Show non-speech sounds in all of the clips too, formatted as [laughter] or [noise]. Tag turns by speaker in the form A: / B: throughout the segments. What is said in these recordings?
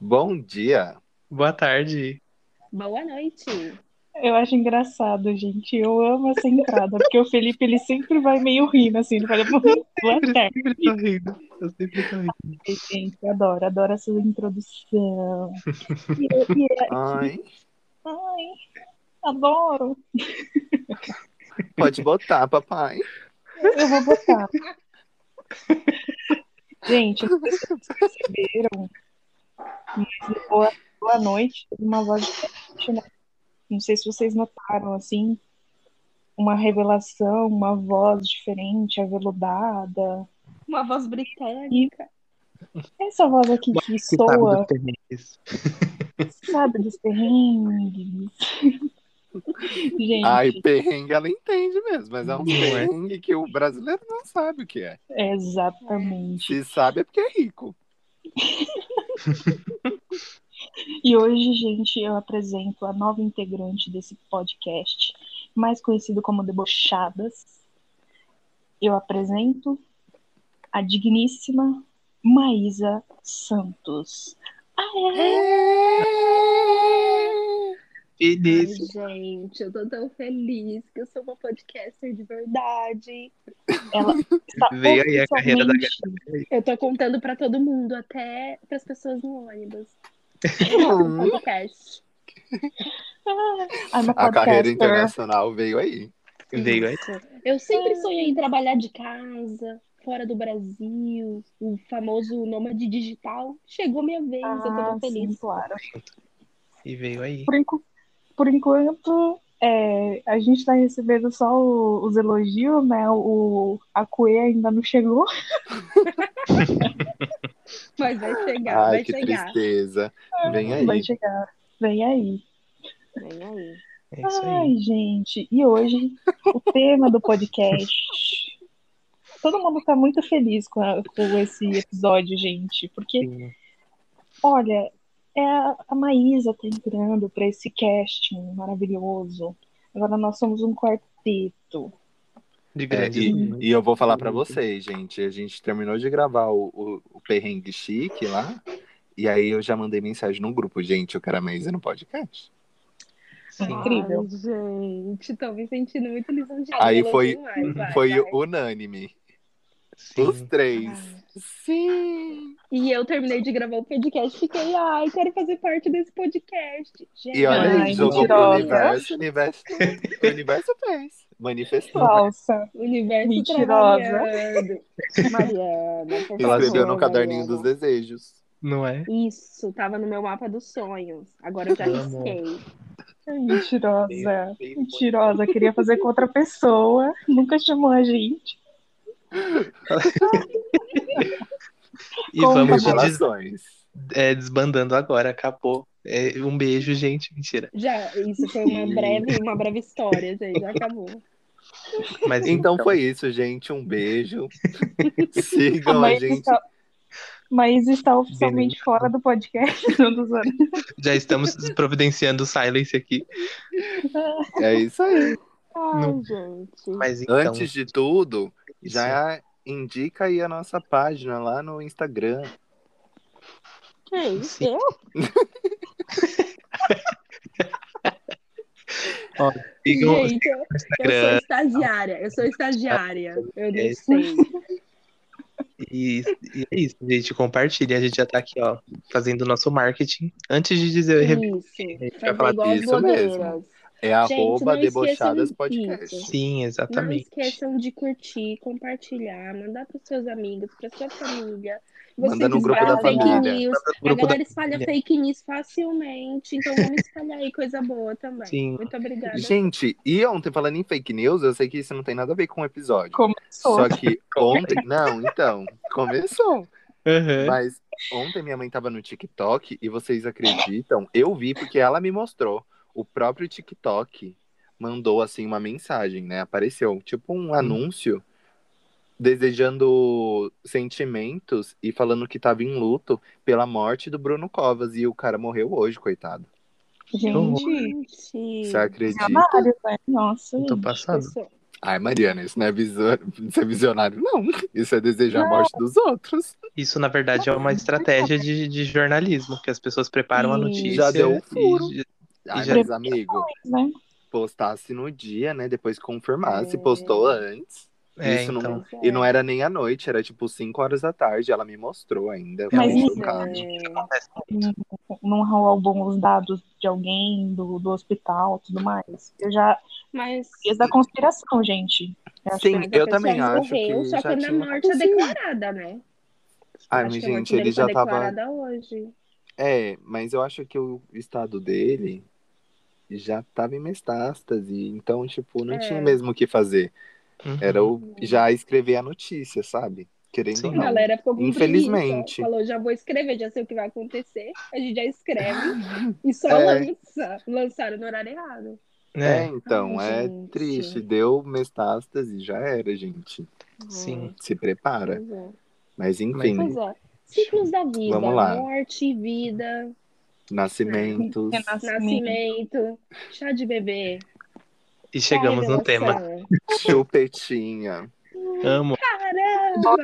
A: Bom dia.
B: Boa tarde.
C: Boa noite.
D: Eu acho engraçado, gente. Eu amo essa entrada, porque o Felipe ele sempre vai meio rindo, assim, ele fala boa
B: Eu
D: tarde,
B: sempre tô rindo. Eu sempre tô rindo.
D: gente. Adoro, adoro essa introdução. E eu- e é, eu-
A: Ai,
D: ai, adoro.
A: pode botar, papai.
D: Eu vou botar. Gente, não sei se vocês perceberam, mas no boa, boa noite, teve uma voz diferente, né? Não sei se vocês notaram, assim, uma revelação, uma voz diferente, aveludada.
C: Uma voz britânica.
D: Essa voz aqui que
B: Você sabe
D: soa,
B: do tênis.
D: sabe, dos perrengues. Gente,
A: Ai, perrengue ela entende mesmo, mas é
C: Uhum.
A: um perrengue que o brasileiro não sabe o que é.
D: exatamente.
A: Se sabe é porque é rico.
D: E hoje, gente, eu apresento a nova integrante desse podcast, mais conhecido como Debochadas. Eu apresento a digníssima Maísa Santos.
C: É. Ai,
B: Vinícius.
C: gente, eu tô tão feliz que eu sou uma podcaster de verdade.
D: Ela está
B: Veio aí a carreira
D: [laughs]
B: da
D: oficialmente-
C: Eu tô contando pra todo mundo, até pras pessoas no ônibus.
A: Hum,
C: Podcast.
D: I'm a
A: A carreira
C: né?
D: podcaster. Ah,
A: internacional veio aí.
B: Veio aí.
C: Eu sempre sonhei em trabalhar de casa, fora do Brasil, o famoso nômade digital. Chegou minha vez, eu tô
D: Ah,
C: tão
D: sim,
C: feliz.
D: claro.
B: E veio aí.
D: Por, enqu- por enquanto, é, a gente está recebendo só o- os elogios, né? O, a Cue ainda não chegou.
C: Mas vai chegar,
A: Ai,
C: vai
A: que
C: chegar. É,
A: tristeza. Vem
D: Vai
A: aí.
D: chegar. Vem aí.
C: Vem aí.
B: É isso aí.
D: Ai, gente, e hoje o tema do podcast. Todo mundo tá muito feliz com, a- com esse episódio, gente, porque,
B: Sim.
D: olha, é a, a Maísa tá entrando pra esse casting maravilhoso. Agora nós somos um quarteto.
B: De
A: É,
B: grandes
A: e,
B: momentos.
A: e eu vou falar pra vocês, gente. A gente terminou de gravar o, o- o perrengue chique lá. E aí eu já mandei mensagem no grupo, gente, eu quero a Maísa no podcast.
B: Sim.
D: Incrível.
C: Ai, gente, tô me sentindo muito lisonjeada.
A: Aí
C: Elogio
A: foi-
C: mais, vai,
A: Foi
C: vai.
A: unânime. Os
B: Sim.
A: três. Sim!
C: E eu terminei de gravar o podcast e fiquei, ai, quero fazer parte desse podcast. Gente,
A: E olha,
D: Ai,
A: aí, jogou pro
D: mentirosa.
A: universo, o universo, o universo fez. Manifestou.
D: Falsa.
C: o universo
D: Mentirosa.
C: trabalhando. Mariana, por
A: Ela
C: favor,
A: escreveu no caderninho dos
C: Mariana.
A: desejos.
B: Não é?
C: Isso, tava no meu mapa dos sonhos. Agora eu já
B: Amo.
C: risquei.
D: Mentirosa. Mentirosa. Queria fazer com outra pessoa. Nunca chamou a gente.
B: E
D: Como
B: vamos de des-
A: Revelações.
B: é, desbandando agora. Acabou. É, um beijo, gente. Mentira.
C: Já, isso foi uma breve, uma breve história, gente. Já acabou.
B: Mas
A: Então foi isso, gente. Um beijo. [laughs]
D: A
A: Sigam a
D: Maísa
A: gente.
D: está, Maísa está oficialmente fora do podcast. [laughs] não dos anos.
B: Já estamos providenciando o silence aqui.
A: É isso aí.
C: Ai,
B: Não.
C: gente.
B: Mas então.
A: Antes de tudo,
B: isso.
A: já indica aí a nossa página lá no Instagram.
C: Quem?
B: Sim.
C: Eu? é
B: Sigam o
C: gente, eu- eu sou
B: Instagram
C: estagiária. Eu sou estagiária. Eu
B: É
C: não
B: isso.
C: sei.
B: e, e é isso, gente. Compartilha. A gente já tá aqui, ó, fazendo o nosso marketing. Antes de dizer.
C: Isso.
B: vai
C: Fazer
B: falar
C: igual as
A: disso mesmo.
C: blogueiras.
A: É
C: não
A: arroba
C: esqueçam
A: debochadas
C: isso.
A: podcast.
B: Sim,
C: Não
B: exatamente.
C: esqueçam de curtir, compartilhar, mandar para seus amigos, para sua família.
A: Manda no grupo
C: espalham
D: da
C: fake
A: família.
C: news.
B: Manda no
C: A
B: grupo da
C: galera espalha
B: família.
C: fake news facilmente, então vamos espalhar aí coisa boa também.
B: Sim.
C: Muito obrigada.
A: Gente, e ontem falando em fake news, eu sei que isso não tem nada a ver com o episódio.
D: Começou.
A: Só que ontem. Não, então. Começou.
B: Uhum.
A: Mas ontem minha mãe tava no TikTok e vocês acreditam? Eu vi porque ela me mostrou. O próprio TikTok mandou assim uma mensagem, né? Apareceu tipo
B: Hum.
A: um anúncio desejando sentimentos e falando que tava em luto pela morte do Bruno Covas e o cara morreu hoje, coitado.
D: Gente,
B: horror.
C: Gente,
A: Você acredita?
D: trabalho, né? Nossa,
B: Eu Tô passado.
C: pessoa-
A: Ai, Mariana, isso não é, visor... isso é visionário, não. Isso é desejar a morte dos outros.
B: Isso, na verdade, é uma estratégia de, de jornalismo, que as pessoas preparam a
D: Sim.
B: notícia.
A: Já deu um
B: e-
A: furo.
B: e-
A: Ai,
B: já-
A: mas, amigo,
D: né?
A: postasse no dia, né? Depois confirmasse,
C: É.
A: postou antes.
B: é,
A: Isso não-
B: então.
A: E não era nem à noite, era tipo 5 horas da tarde. Ela me mostrou ainda. Eu
D: Mas
A: fiquei
D: isso-
C: é,
A: chocado.
C: tipo,
B: acontece
C: Uhum.
B: muito.
D: Não rolar bons dados de alguém, do, do hospital, tudo mais. Eu já.
C: Mas.
D: Dias da conspiração, gente. Eu acho
A: Sim,
D: que-
C: mas a
A: eu
C: pessoa
A: também acho
C: morreu,
A: que
C: Só
A: já
C: que na
A: tinha
C: morte é
A: acontecido.
C: declarada, né?
A: Ai,
C: Acho
A: mas,
C: que é a morte
A: gente,
C: dele
A: ele
C: foi
A: já tava.
C: declarada hoje.
A: É, mas eu acho que o estado dele já tava em metástase. Então, tipo, não
C: É.
A: tinha mesmo o que fazer.
B: Uhum.
A: Era o já escrever a notícia, sabe? Querendo
B: Sim.
A: ou
C: A
A: não.
C: galera ficou com
A: Infelizmente.
C: preguiça, Falou, já vou escrever, já sei o que vai acontecer. A gente já escreve e só
A: É.
C: lança. Lançaram no horário errado.
A: É,
B: É,
A: então,
C: Ai,
A: é
C: gente.
A: triste. Deu metástase, já era, gente.
B: sim.
A: Se prepara.
C: Pois é.
A: Mas enfim,
C: Pois é. Ciclos da vida.
A: Vamos lá.
C: Morte, vida,
A: nascimentos.
D: é
C: É, nascimento, chá de bebê.
B: E chegamos no tema.
C: relação.
A: Chupetinha.
B: Amo.
C: Caramba!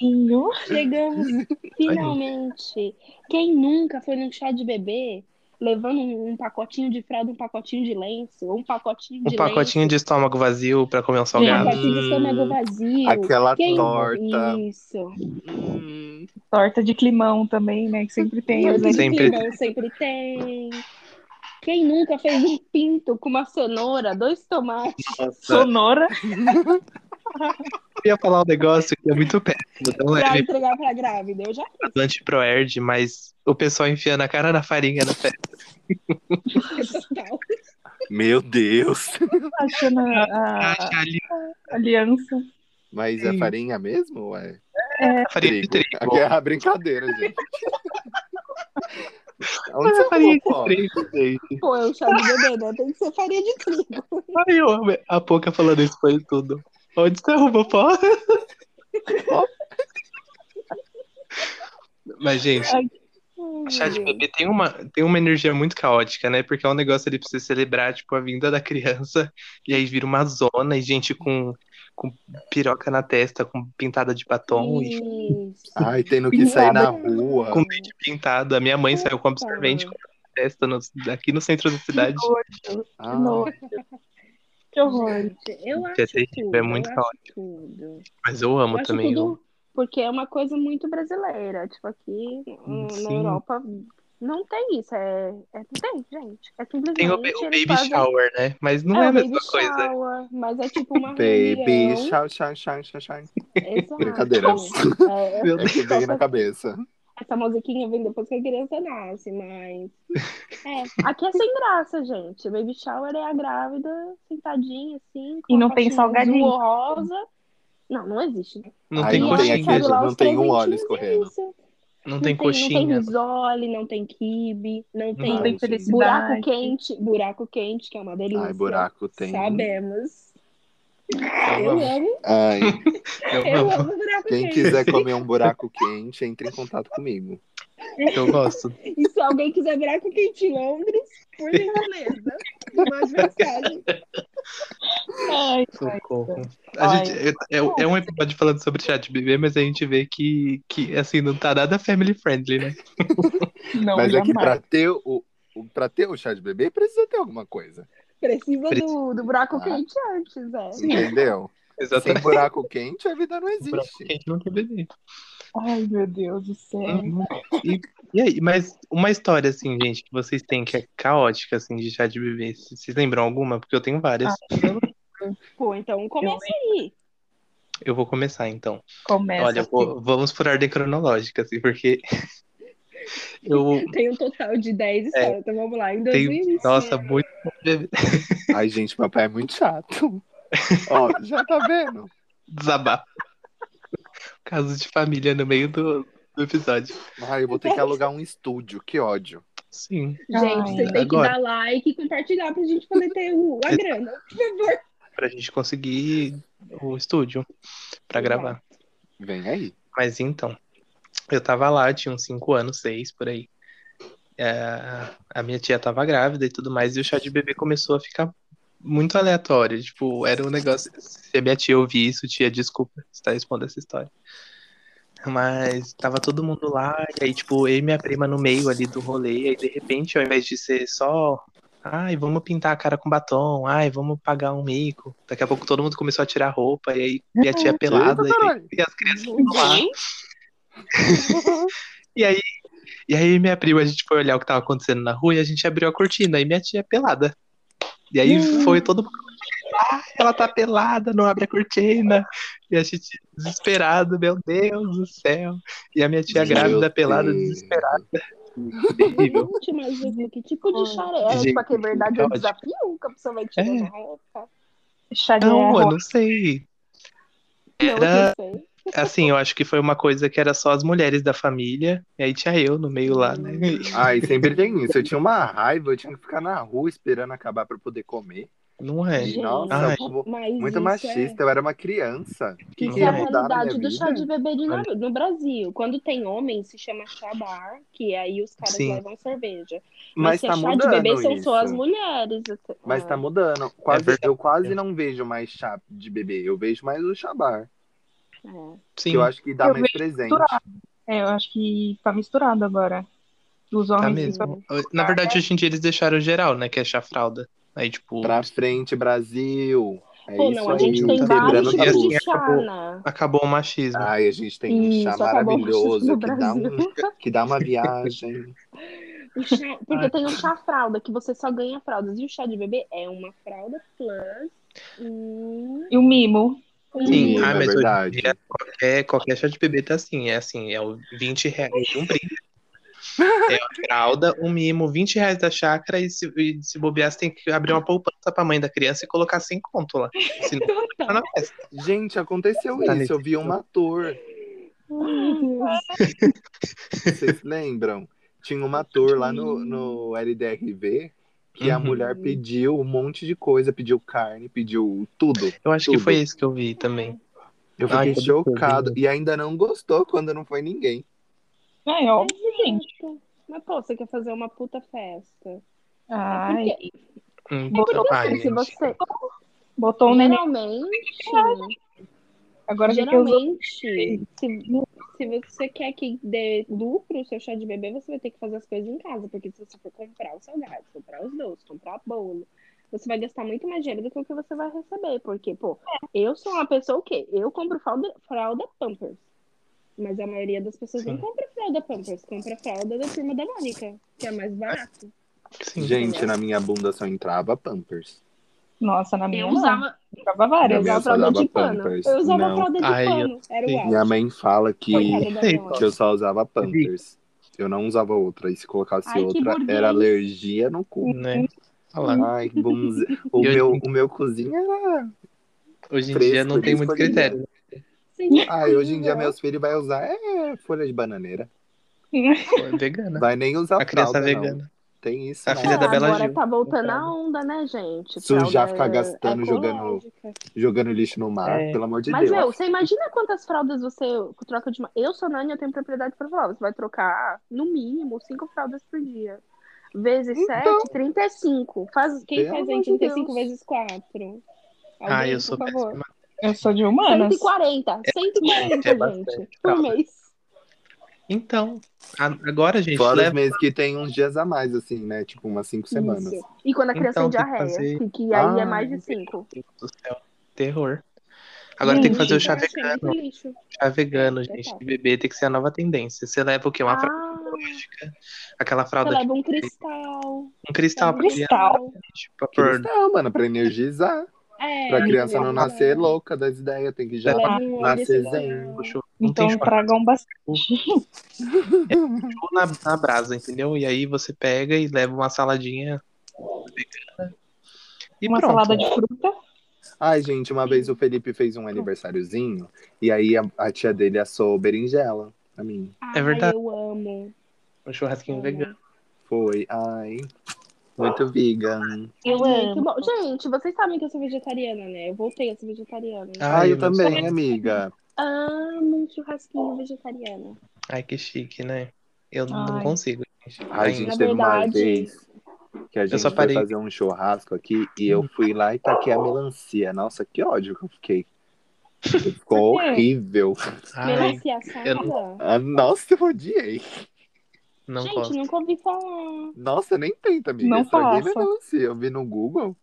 D: Nascimento.
C: é. Chegamos finalmente. Quem nunca foi num chá de bebê levando um, um pacotinho de fralda, um pacotinho de lenço, ou um pacotinho de
B: Um pacotinho de estômago vazio pra comer um
C: lenço, um
B: salgado.
C: pacotinho de estômago
A: Hum,
C: vazio.
A: Aquela
C: Quem-
A: torta.
C: Isso.
A: Hum,
D: Torta de climão também, né? Que sempre tem.
C: Torta de
B: Sempre-
C: climão sempre tem. Quem nunca fez um pinto com uma cenoura, dois tomates?
B: Nossa,
D: Sonora.
B: eu ia falar um negócio que é muito péssimo, é tão
C: Pra
B: leve,
C: entregar pra grávida, eu já
B: falante pro Erd, mas o pessoal enfiando a cara na farinha na festa.
C: fiz então. total.
A: meu Deus.
D: Achando
A: Ah,
D: a, a
B: Acha ali
D: aliança.
A: Mas é
B: Sim.
A: farinha mesmo? ou É
B: a farinha de
A: trigo.
B: trigo.
A: [laughs] Aqui é a brincadeira,
B: [laughs]
A: gente. Onde
B: Ah,
A: você
B: farinha
A: farinha
B: de trigo, gente.
C: Pô, é um chá de bebê, né? Tem que ser farinha de trigo.
B: Ai, eu amo. A pouca falando isso foi tudo. Onde você arrumou pó? Mas, gente, Chá de bebê tem uma, tem uma energia muito caótica, né? Porque é um negócio ali pra você celebrar, tipo, a vinda da criança, e aí vira uma zona, e gente com, com piroca na testa, com pintada de batom, e
C: Isso.
A: Ai, tendo que sair na rua.
B: com dente pintado. A minha mãe saiu com absorvente
C: Opa.
B: na testa no, aqui no centro da cidade.
A: Ah,
D: Que nojo. Que horror.
C: Gente, eu acho
B: É terrível,
C: tudo,
B: é muito
C: eu acho
B: caótico.
C: tudo.
B: Mas eu
C: Eu
B: amo
C: acho
B: também.
C: tudo,
B: eu-
C: porque é uma coisa muito brasileira. Tipo, aqui hum, na
B: Sim.
C: Europa não tem isso. É, é, não tem, gente. É simplesmente
B: Tem o, ba- o baby
C: eles fazem-
B: shower, né? Mas não é,
C: um o
B: a mesma
C: Ah, baby
B: coisa.
C: shower, Mas é
A: [laughs]
C: tipo uma
A: Baby,
C: reunião.
A: tchau, tchau, tchau, tchau, tchau.
C: Exato.
A: Brincadeira.
C: É,
B: Meu
A: É que veio na cabeça.
C: Essa musiquinha vem depois que a criança
A: [laughs]
C: nasce, mas. É, aqui é sem graça, gente. Baby shower é a grávida sentadinha, assim. com
D: E
C: a
D: não tem
C: faixinha
D: salgadinho.
C: azul ou rosa. Não, não existe. né?
B: Não
A: Aí
B: tem
C: E
A: não tem
C: aí, sabe
B: coxinha,
A: aquele-
C: lá
A: não
C: os
A: tem um óleo
C: presentinhos,
A: escorrendo.
C: isso. Não
B: não tem
C: Não tem
B: coxinha. né?
C: risole, não tem quibe, não tem,
D: Não tem
A: gente.
D: felicidade.
C: buraco quente. Buraco quente, que é uma delícia.
A: Ai, buraco tem. Então
C: Sabemos.
B: Eu [laughs]
C: Eu
B: amo,
C: amo,
A: Ai,
B: eu
C: eu
B: amo,
C: amo buraco
A: quem
C: quente.
A: quiser comer um buraco quente, entre em contato comigo.
B: eu gosto.
C: E se alguém quiser buraco quente em Londres, por gentileza, mande mensagem.
D: Ai,
B: Socorro. A
D: Ai.
B: gente, é, é- é um episódio falando sobre chat de bebê, mas a gente vê que, que assim, não tá nada family friendly, né?
D: não,
A: Mas é que
D: jamais.
A: pra ter o, o- pra ter o chá de bebê, precisa ter alguma coisa.
C: Precisa do, do buraco
A: Ah.
C: quente antes, é.
A: Entendeu? Sem
B: Exatamente.
A: buraco quente, a vida não
B: Pra
A: existe.
B: gente não tem bebê.
D: Ai, meu Deus do céu.
B: Uhum. E, e aí, mas uma história, assim, gente, que vocês têm que é caótica, assim, de chat de bebê. C- Vocês lembram alguma? Porque eu tenho várias.
C: Pô, então começa aí.
B: Eu vou começar, então.
D: Começa.
B: Olha, eu vou- vamos por ordem cronológica, assim, porque [laughs] eu
C: Tem um total de 10 histórias, então vamos lá. Em
B: tenho,
C: 2020.
B: nossa, muito bebê.
A: Ai, gente, papai é muito chato. Ó, já tá vendo?
B: desabafo. Caso de família no meio do, do episódio.
A: Ai, eu vou ter que alugar um estúdio, que ódio.
B: Sim.
C: Gente,
D: Ai,
C: você tem
B: agora. é
C: que dar like e compartilhar pra gente poder ter o, a grana, por favor.
B: pra gente conseguir o estúdio pra
C: Exato.
B: gravar.
A: Vem aí.
B: Mas então, eu tava lá, tinha uns 5 anos, 6 por aí. É, a minha tia tava grávida e tudo mais, e o chá de bebê começou a ficar muito aleatória. Tipo, era um negócio. Se a minha tia ouvir isso, tia, desculpa, você tá expondo essa história. Mas tava todo mundo lá, e aí, tipo, eu e minha prima no meio ali do rolê, e aí, de repente, ao invés de ser só. Ai, vamos pintar a cara com batom, ai, vamos pagar um mico. Daqui a pouco todo mundo começou a tirar roupa, e aí minha tia pelada,
A: Eita,
B: e,
A: caralho.
B: aí, e as crianças tudo lá. E aí, e aí minha prima, a gente foi olhar o que tava acontecendo na rua e a gente abriu a cortina e minha tia pelada. E aí
C: Hum.
B: foi todo mundo. Ah, ela tá pelada, não abre a cortina. E a gente desesperado, meu Deus do céu. E a minha tia
A: Meu
B: grávida, pelada,
A: Deus.
B: desesperada. Terrível.
C: Gente, mas o que tipo de chara é
B: Gente, É.
C: essa? Que é verdade é um
B: que
C: desafio que a pessoa vai tirando a roupa?
D: Chá de
B: Não, eu
D: erva.
B: não sei.
C: Não,
B: Era-
C: eu não sei.
B: Assim, eu acho que foi uma coisa que era só as mulheres da família. E aí tinha eu no meio lá, né?
A: Ai, sempre tem isso. Eu tinha uma raiva, eu tinha que ficar na rua esperando acabar pra poder comer.
B: Não é.
A: E, nossa,
B: Ai.
A: como-
C: mas
A: muito
C: isso é
A: machista. Eu era uma criança. O que,
C: Isso
A: que
C: é
A: ia
C: a
A: mudar na
C: realidade
A: minha
C: do chá de
A: vida?
C: bebê de na- no Brasil. Quando tem homem, se chama chá bar, que aí os caras
B: Sim.
C: levam cerveja.
A: Mas
C: se
A: tá
C: é chá de bebê,
A: mudando
C: são só as
A: isso.
C: mulheres.
A: Mas tá
C: Ah,
A: mudando. Quase,
B: verdade.
A: eu quase não vejo mais chá de bebê. Eu vejo mais o chá bar.
C: é.
B: Sim,
A: Que eu acho que dá
D: Eu
A: mais
D: vejo
A: presente.
D: misturado. É, eu acho que tá misturado agora. Os
B: tá
D: homens
B: mesmo. Na verdade, hoje em dia eles deixaram geral, né? Que é chafralda. Aí, tipo,
A: Pra frente, Brasil. É
C: Pô,
A: isso
C: não, a
A: aí,
C: gente tem
B: tá
A: quebrando
C: vários
B: vendo?
A: tabu.
C: tipos de chá,
B: acabou.
C: né?
B: acabou o machismo.
A: Ai, a gente tipo, tem um chá
C: Isso, acabou o machismo
A: maravilhoso
C: do
A: que dá, um,
C: Brasil.
A: que dá uma viagem.
C: [laughs] O chá- porque tem o chá fralda, que você só ganha fraldas. E o chá de bebê é uma fralda plus um...
D: E o mimo.
B: Sim,
A: Hum,
B: ah,
A: é
B: mas hoje em
A: verdade.
B: dia qualquer, qualquer chá de bebê tá assim, é assim, é o 20 reais um brinde. É a fralda, um mimo, 20 reais da chácara e se, e se bobear, você tem que abrir uma poupança pra mãe da criança e colocar sem conto lá. Senão
C: [laughs]
B: tá na festa.
A: Gente, aconteceu
B: Tá
A: isso. Eu vi um ator.
C: Hum,
B: [laughs]
A: Vocês lembram? Tinha uma ator lá no, no LDRV que a
B: Uhum.
A: mulher pediu um monte de coisa, pediu carne, pediu tudo.
B: Eu acho que
A: Tudo.
B: foi isso que eu vi também.
A: Eu
B: Ai,
A: fiquei
B: que
A: chocado.
B: absurdo. né?
A: E ainda não gostou quando não foi ninguém.
D: É, ó.
C: Exato. Mas, pô, você quer fazer uma puta festa.
D: Ai,
C: É porque,
B: Hum,
C: é porque
B: ai,
C: assim, se
B: gente.
C: você...
D: botou o neném.
C: Geralmente...
D: Agora que eu uso.
C: Geralmente, se, se você quer que dê lucro o seu chá de bebê, você vai ter que fazer as coisas em casa. Porque se você for comprar o salgado, comprar os doces, comprar bolo, você vai gastar muito mais dinheiro do que o que você vai receber. Porque, pô, eu sou uma pessoa o quê? Eu compro fralda, fralda Pampers. Mas a maioria das pessoas não
B: Sim.
C: compra fralda Pampers, compra fralda da turma da Mônica, que é mais barato.
B: Sim.
A: Gente, na minha bunda só entrava Pampers.
D: Nossa, na minha
C: Eu
D: não.
C: usava,
D: Ficava
C: eu
D: várias.
A: minha
C: usava
A: só
C: fralda
A: dava
C: de pano.
A: Pampers.
C: Eu usava
A: Não.
C: fralda de
B: Ai, eu
C: pano. Era o
B: sei.
C: auge.
A: Minha mãe fala que,
C: Coitada da
B: Sei,
C: Mônica.
A: que eu só usava Pampers. Eu não usava outra. E se colocasse
C: Ai, que
A: outra,
C: burguês.
A: era alergia no cu.
B: Né? Olha lá.
A: Ai, que
C: [laughs]
A: bonze... o,
B: E hoje-
A: meu, o meu cozinho era.
B: Hoje em
A: Fresco,
B: dia não tem
A: eles
B: muito
A: escolhiam.
B: critério. né?
C: Sim.
A: Ai, hoje em dia meus filhos vai usar é, folha de bananeira.
B: É vegana.
A: Vai nem usar
B: A criança é
A: fralda, não.
B: vegana.
A: Tem isso, né?
B: A
A: não.
B: filha da
C: É,
B: Bela
C: agora
B: Gil.
C: tá voltando a
A: Então.
C: onda, né, gente?
A: Sujar,
C: Fralda
A: ficar gastando, jogando-
C: ecológica.
A: Jogando lixo no mar,
B: É.
A: pelo amor de
C: Mas,
A: Deus.
C: meu, você imagina quantas fraldas você troca de... ma- Eu sou nani, eu tenho propriedade pra falar. Você vai trocar, no mínimo, cinco fraldas por dia. Vezes
A: Então.
C: sete, 35. Faz... Quem
A: Pelo
C: faz
A: amor
C: aí
A: de
C: 35
A: Deus.
C: vezes 4?
B: Ah, eu sou
C: por favor.
B: péssima.
D: Eu sou de humanas.
C: 140, 140,
B: é bastante
C: gente, por
B: fralda.
C: mês.
B: Então, a- agora, gente,
A: Fora os
B: leva.
A: meses que tem uns dias a mais, assim, né? Tipo, umas cinco semanas.
C: Isso. E quando a criança
B: Então, tem
C: tem
B: que
C: diarreia,
B: fazer-
C: que, que aí é
A: Ah,
C: mais de 5.
B: Meu Deus do céu, terror. Agora tem que fazer o chá vegano.
C: é lixo.
B: Chá vegano,
C: Total.
B: gente. De bebê tem que ser a nova tendência. Você leva o quê? Uma fralda
C: Ah,
B: ecológica, aquela
C: você
B: fralda
C: leva
A: tipo
C: um cristal.
B: com cristal pra criança,
D: É um Cristal.
B: tipo, pra pôr.
A: Não, mano, pra energizar.
C: É,
A: Pra criança não
C: é.
A: nascer louca das ideias, tem que já.
B: Leva
C: Leva um
A: nascer
C: original.
A: zen.
B: Puxa, não
D: Então
B: tem chá
D: tragam bastante.
B: na, na brasa, entendeu? E aí você pega e leva uma saladinha vegana. E
D: uma
B: pronto.
D: salada de fruta.
A: Ai, gente, uma vez o Felipe fez um aniversáriozinho e aí a, a tia dele assou berinjela pra mim.
C: Ai,
B: É verdade.
C: Eu amo.
B: Um churrasquinho
C: Uhum.
B: vegano.
A: Foi, ai. Muito vegan.
D: Eu
C: Ai,
D: amo.
C: que bom. Gente, vocês sabem que eu sou vegetariana, né? Eu voltei a ser vegetariana.
A: Ai, eu
B: meu-
A: também, amiga.
C: Amo um churrasquinho vegetariano.
B: Ai, que chique, né? Eu
D: Ai.
B: não consigo, gente.
A: Ai,
B: Ainda.
A: gente, teve uma
C: verdade.
A: vez. Que a gente
B: só
A: foi
B: parei.
A: fazer um churrasco aqui e eu fui lá e taquei a melancia. Nossa, que ódio que eu fiquei. Ficou
C: Por quê?
A: horrível.
B: Ai,
C: Melancia assada.
B: eu
A: Ah, Nossa, eu odiei.
B: não
C: Gente,
B: posso.
C: nunca ouvi falar.
A: Nossa, nem tenta, amiga.
D: Não
A: Estraguei
D: faça.
A: melancia. Eu vi no Google,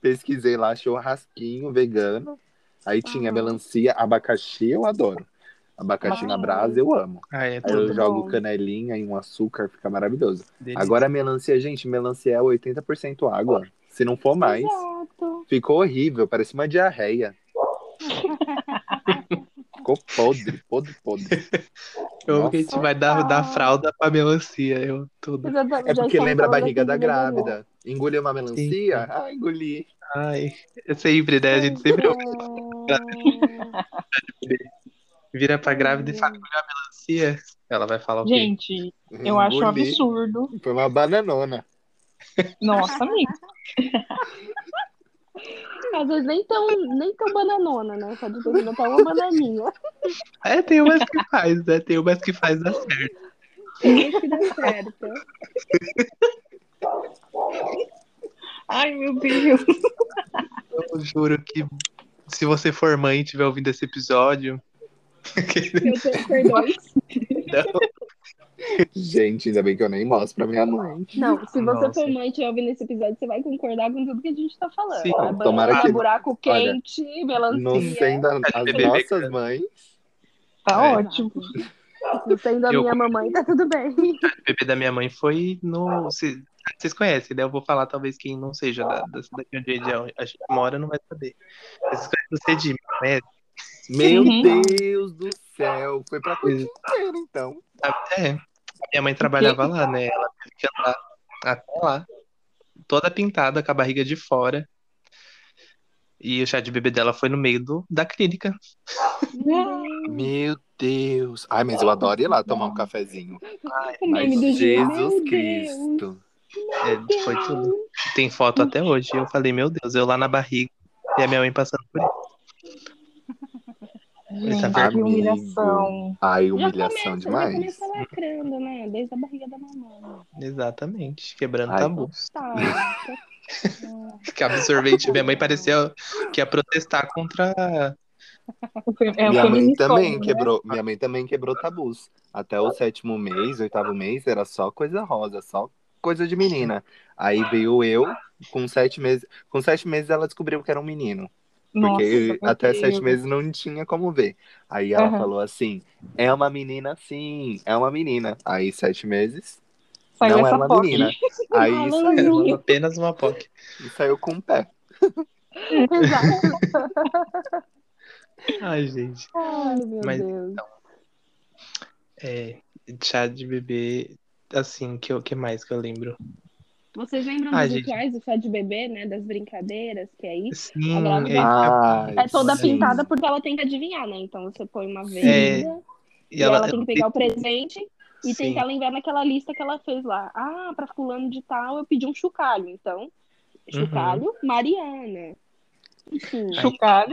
A: pesquisei lá, churrasquinho vegano. Aí tinha
C: Ah.
A: melancia, abacaxi, eu adoro. Abacaxi na
D: Ah.
A: brasa, eu amo.
B: Ai, é
A: Aí eu
B: tudo.
D: Muito
A: jogo
D: bom.
A: canelinha e um açúcar, fica maravilhoso.
B: Delícia.
A: Agora a melancia, gente, melancia é 80% água. Se não for mais,
C: Exato.
A: ficou horrível, parece uma diarreia.
D: [laughs]
A: ficou podre, podre, podre.
B: eu amo que a gente
C: Nossa.
B: vai dar, dar fralda pra melancia. Eu tudo.
C: tá-
A: É porque lembra a barriga da grávida. Engoliu uma melancia? Ah, engoli.
B: Ai, é sempre, né? A gente sempre
C: É.
B: vira pra grávida
C: Uhum.
B: e fala "Engoliu a melancia. Ela vai falar o quê?
D: Gente, eu acho um
A: Engoli.
D: absurdo.
A: Foi uma bananona.
D: Nossa, amiga.
C: Hum, Às vezes nem tão, nem tão bananona, né? Só de ter que botar uma bananinha.
B: É, tem umas que faz, né? Tem umas que faz dar certo.
C: Tem que dar certo.
D: Ai, meu Deus.
B: Eu juro que se você for mãe e tiver ouvindo esse episódio.
C: Eu tenho [laughs] perdões.
A: Gente, ainda bem que eu nem mostro pra minha mãe.
C: Não, se você
B: Nossa.
C: for mãe e estiver ouvindo esse episódio, você vai concordar com tudo que a gente tá falando.
B: Sim.
C: A banana,
A: Tomara que-
C: buraco
A: Olha,
C: quente, melancia.
A: Inocendo
C: é.
A: as
B: bebê
A: nossas mães.
D: Tá
B: É.
D: ótimo.
C: Não sendo a
B: Eu-
C: minha mamãe, tá tudo bem.
B: O bebê da minha mãe foi no. se- Vocês conhecem, né? Eu vou falar, talvez quem não seja da, da cidade onde ele- é, a gente mora não vai saber. Vocês conhecem o Cedime, né?
A: Meu
D: Uhum.
A: Deus do céu. Foi pra coisa inteira, então.
B: É. A minha mãe trabalhava lá, né? Ela teve que andar até lá, toda pintada, com a barriga de fora. E o chá de bebê dela foi no meio do, da clínica.
A: Meu Deus. Ai, mas eu adoro ir lá tomar um cafezinho.
C: O
A: Mas
C: meme do dia.
A: Jesus
C: Meu Deus.
A: Cristo.
B: É, foi tudo. Tem foto até hoje. Eu falei, meu Deus, eu lá na barriga e a minha mãe passando por isso.
A: tá
D: Gente,
B: Amigo.
D: que humilhação.
A: Ai,
C: Já
A: humilhação
C: começa, Já
A: demais.
C: começa lacrando, né? Desde a barriga da mamãe.
B: Exatamente, quebrando
A: Ai.
B: tabu.
C: Tá.
B: Que absorvente. Minha mãe parecia que ia protestar contra
D: É
A: minha
D: o
A: mãe
D: feminicídio,
A: também
D: né?
A: quebrou, minha mãe também quebrou tabus. Até o sétimo mês, oitavo mês, era só coisa rosa, só coisa de menina. Aí veio eu, com sete meses. Com sete meses ela descobriu que era um menino. Porque
D: Nossa,
A: até
D: meu
A: sete
D: Deus.
A: meses não tinha como ver. Aí ela
D: Aham.
A: falou assim: é uma menina sim, é uma menina. Aí sete meses,
D: Saiu
A: não é
D: essa
A: uma
D: POC.
C: [laughs]
A: menina.
C: Tá
A: Aí saiu,
C: Malandrinho.
B: apenas uma POC.
A: saiu com o pé.
C: [laughs] Exato.
B: Ai, gente.
C: Ai, meu
B: Mas-
C: Deus.
B: É, chá de bebê, assim, que, eu- que mais que eu lembro?
C: Vocês lembram
B: Ai,
C: dos
B: gente.
C: rituais do chá de bebê, né? Das brincadeiras, que é isso?
B: Sim,
C: Agora-
B: é,
A: Ai,
C: É toda
B: Sim.
C: pintada porque ela tem que adivinhar, né? Então você põe uma venda
B: É,
C: e ela, tem que pegar o presente e
B: Sim.
C: tentar lembrar naquela lista que ela fez lá. Ah, pra fulano de tal eu pedi um chocalho.
B: Uhum.
C: Então, chocalho, Mariana. Enfim,
D: Chocalho.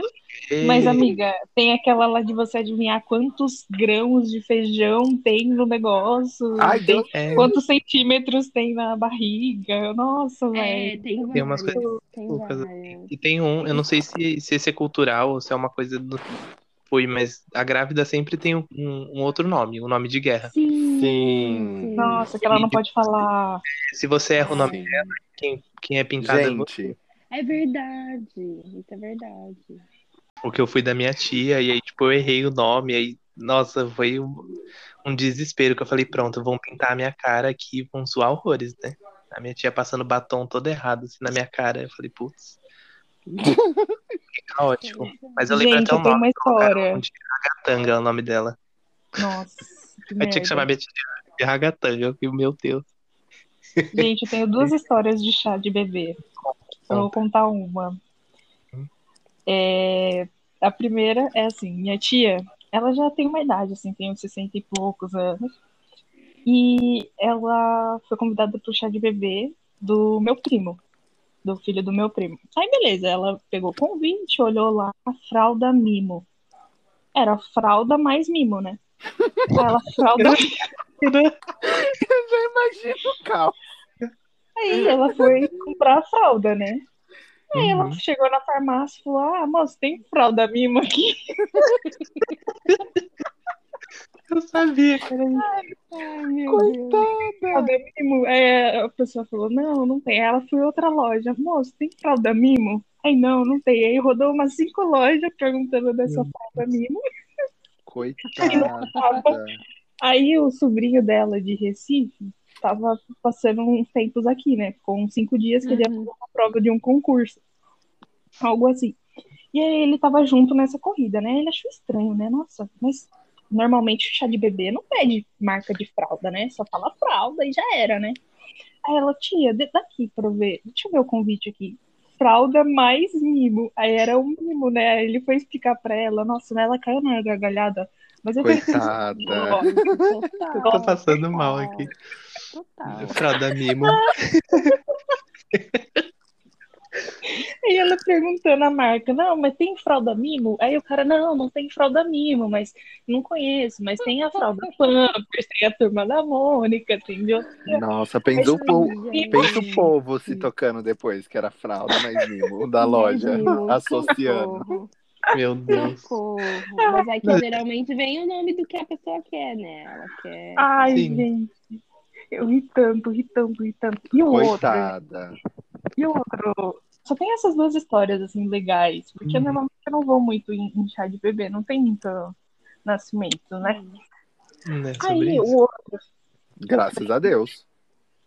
D: Mas,
B: Ei,
D: amiga, tem aquela lá de você adivinhar quantos grãos de feijão tem no negócio.
A: Ai,
D: tem
A: Deus.
B: é,
D: quantos centímetros tem na barriga. Nossa, velho.
C: é, tem,
B: Tem umas
C: várias,
B: coisas
C: tem
B: loucas,
C: várias.
B: E tem um, eu não sei se, se esse é cultural ou se é uma coisa do. Foi, mas a grávida sempre tem um, um outro nome, um nome de guerra.
C: Sim,
A: Sim.
C: sim.
D: Nossa, que ela não pode falar.
B: Se você erra o nome,
A: Sim.
B: quem, quem é pintado é você.
A: Gente,
C: É verdade. Isso é verdade.
B: Porque eu fui da minha tia, e aí, tipo, eu errei o nome, aí, nossa, foi um, um desespero que eu falei, pronto, vão pintar a minha cara aqui, vão zoar horrores, né? A minha tia passando batom todo errado, assim, na minha cara. Eu falei, putz. Caótico. Mas eu lembro
D: Gente,
B: até o né?
D: eu tenho
B: nome.
D: uma história.
B: Ragatanga é o nome dela.
D: Nossa. que
B: Eu tinha
D: merda.
B: que chamar minha tia de Ragatanga, porque, meu Deus.
D: Gente, eu tenho duas histórias de chá de bebê. Eu vou contar uma. É, a primeira é assim, minha tia, ela já tem uma idade, assim, tem uns 60 e poucos anos. E ela foi convidada para o chá de bebê do meu primo, do filho do meu primo. Aí beleza, ela pegou o convite, olhou lá a fralda mimo. Era fralda mais mimo, né? Aí Ela fralda
A: eu já imagino o caos.
D: Aí ela foi comprar a fralda, né? Aí ela
B: Uhum.
D: chegou na farmácia e falou: Ah, moço, tem fralda mimo aqui?
B: [laughs] Eu sabia, cara.
D: Ai, meu Deus.
A: Coitada.
D: Fralda mimo? Aí a pessoa falou: Não, não tem. Aí ela foi em outra loja: Moço, tem fralda mimo? Aí não, não tem. Aí rodou umas cinco lojas perguntando dessa fralda mimo.
C: [laughs]
A: Coitada.
D: Aí o sobrinho dela de Recife tava passando uns tempos aqui, né? Ficou uns cinco dias que ele ia fazer uma prova de um concurso. Algo assim. E aí ele tava junto nessa corrida, né? Ele achou estranho, né? Nossa, mas normalmente o chá de bebê não pede marca de fralda, né? Só fala fralda e já era, né? Aí ela, tia, dê- dá aqui pra eu ver. Deixa eu ver o convite aqui. Fralda mais mimo. Aí era um mimo, né? Aí ele foi explicar pra ela. Nossa, né? Ela caiu na gargalhada. Mas eu falei,
A: Coitada.
B: Eu
C: Total.
B: tô passando mal aqui.
C: Total.
B: Fralda mimo.
D: Aí ela perguntando a marca, não, mas tem fralda mimo? Aí o cara, não, não tem fralda mimo, mas não conheço, mas tem a fralda Pampers, tem a turma da Mônica, tem de outro.
A: Nossa, pensa o, povo,
C: Gente.
A: pensa um o povo se tocando depois, que era fralda, mas mimo, o da loja,
C: Meu Deus,
A: associando.
C: socorro,
B: Meu Deus.
C: Socorro. Mas é que geralmente vem o nome do que a pessoa quer, né? Ela quer.
D: Ai,
B: Sim.
D: gente, eu ri tanto, ri tanto, ri tanto. E o outro,
A: Coitada.
D: e o outro. Só tem essas duas histórias, assim, legais, porque
B: Uhum.
D: normalmente eu não vou muito em, em chá de bebê, não tem muito nascimento, né?
B: Não é sobre
D: Aí
B: isso.
D: o outro,
A: Graças a Deus.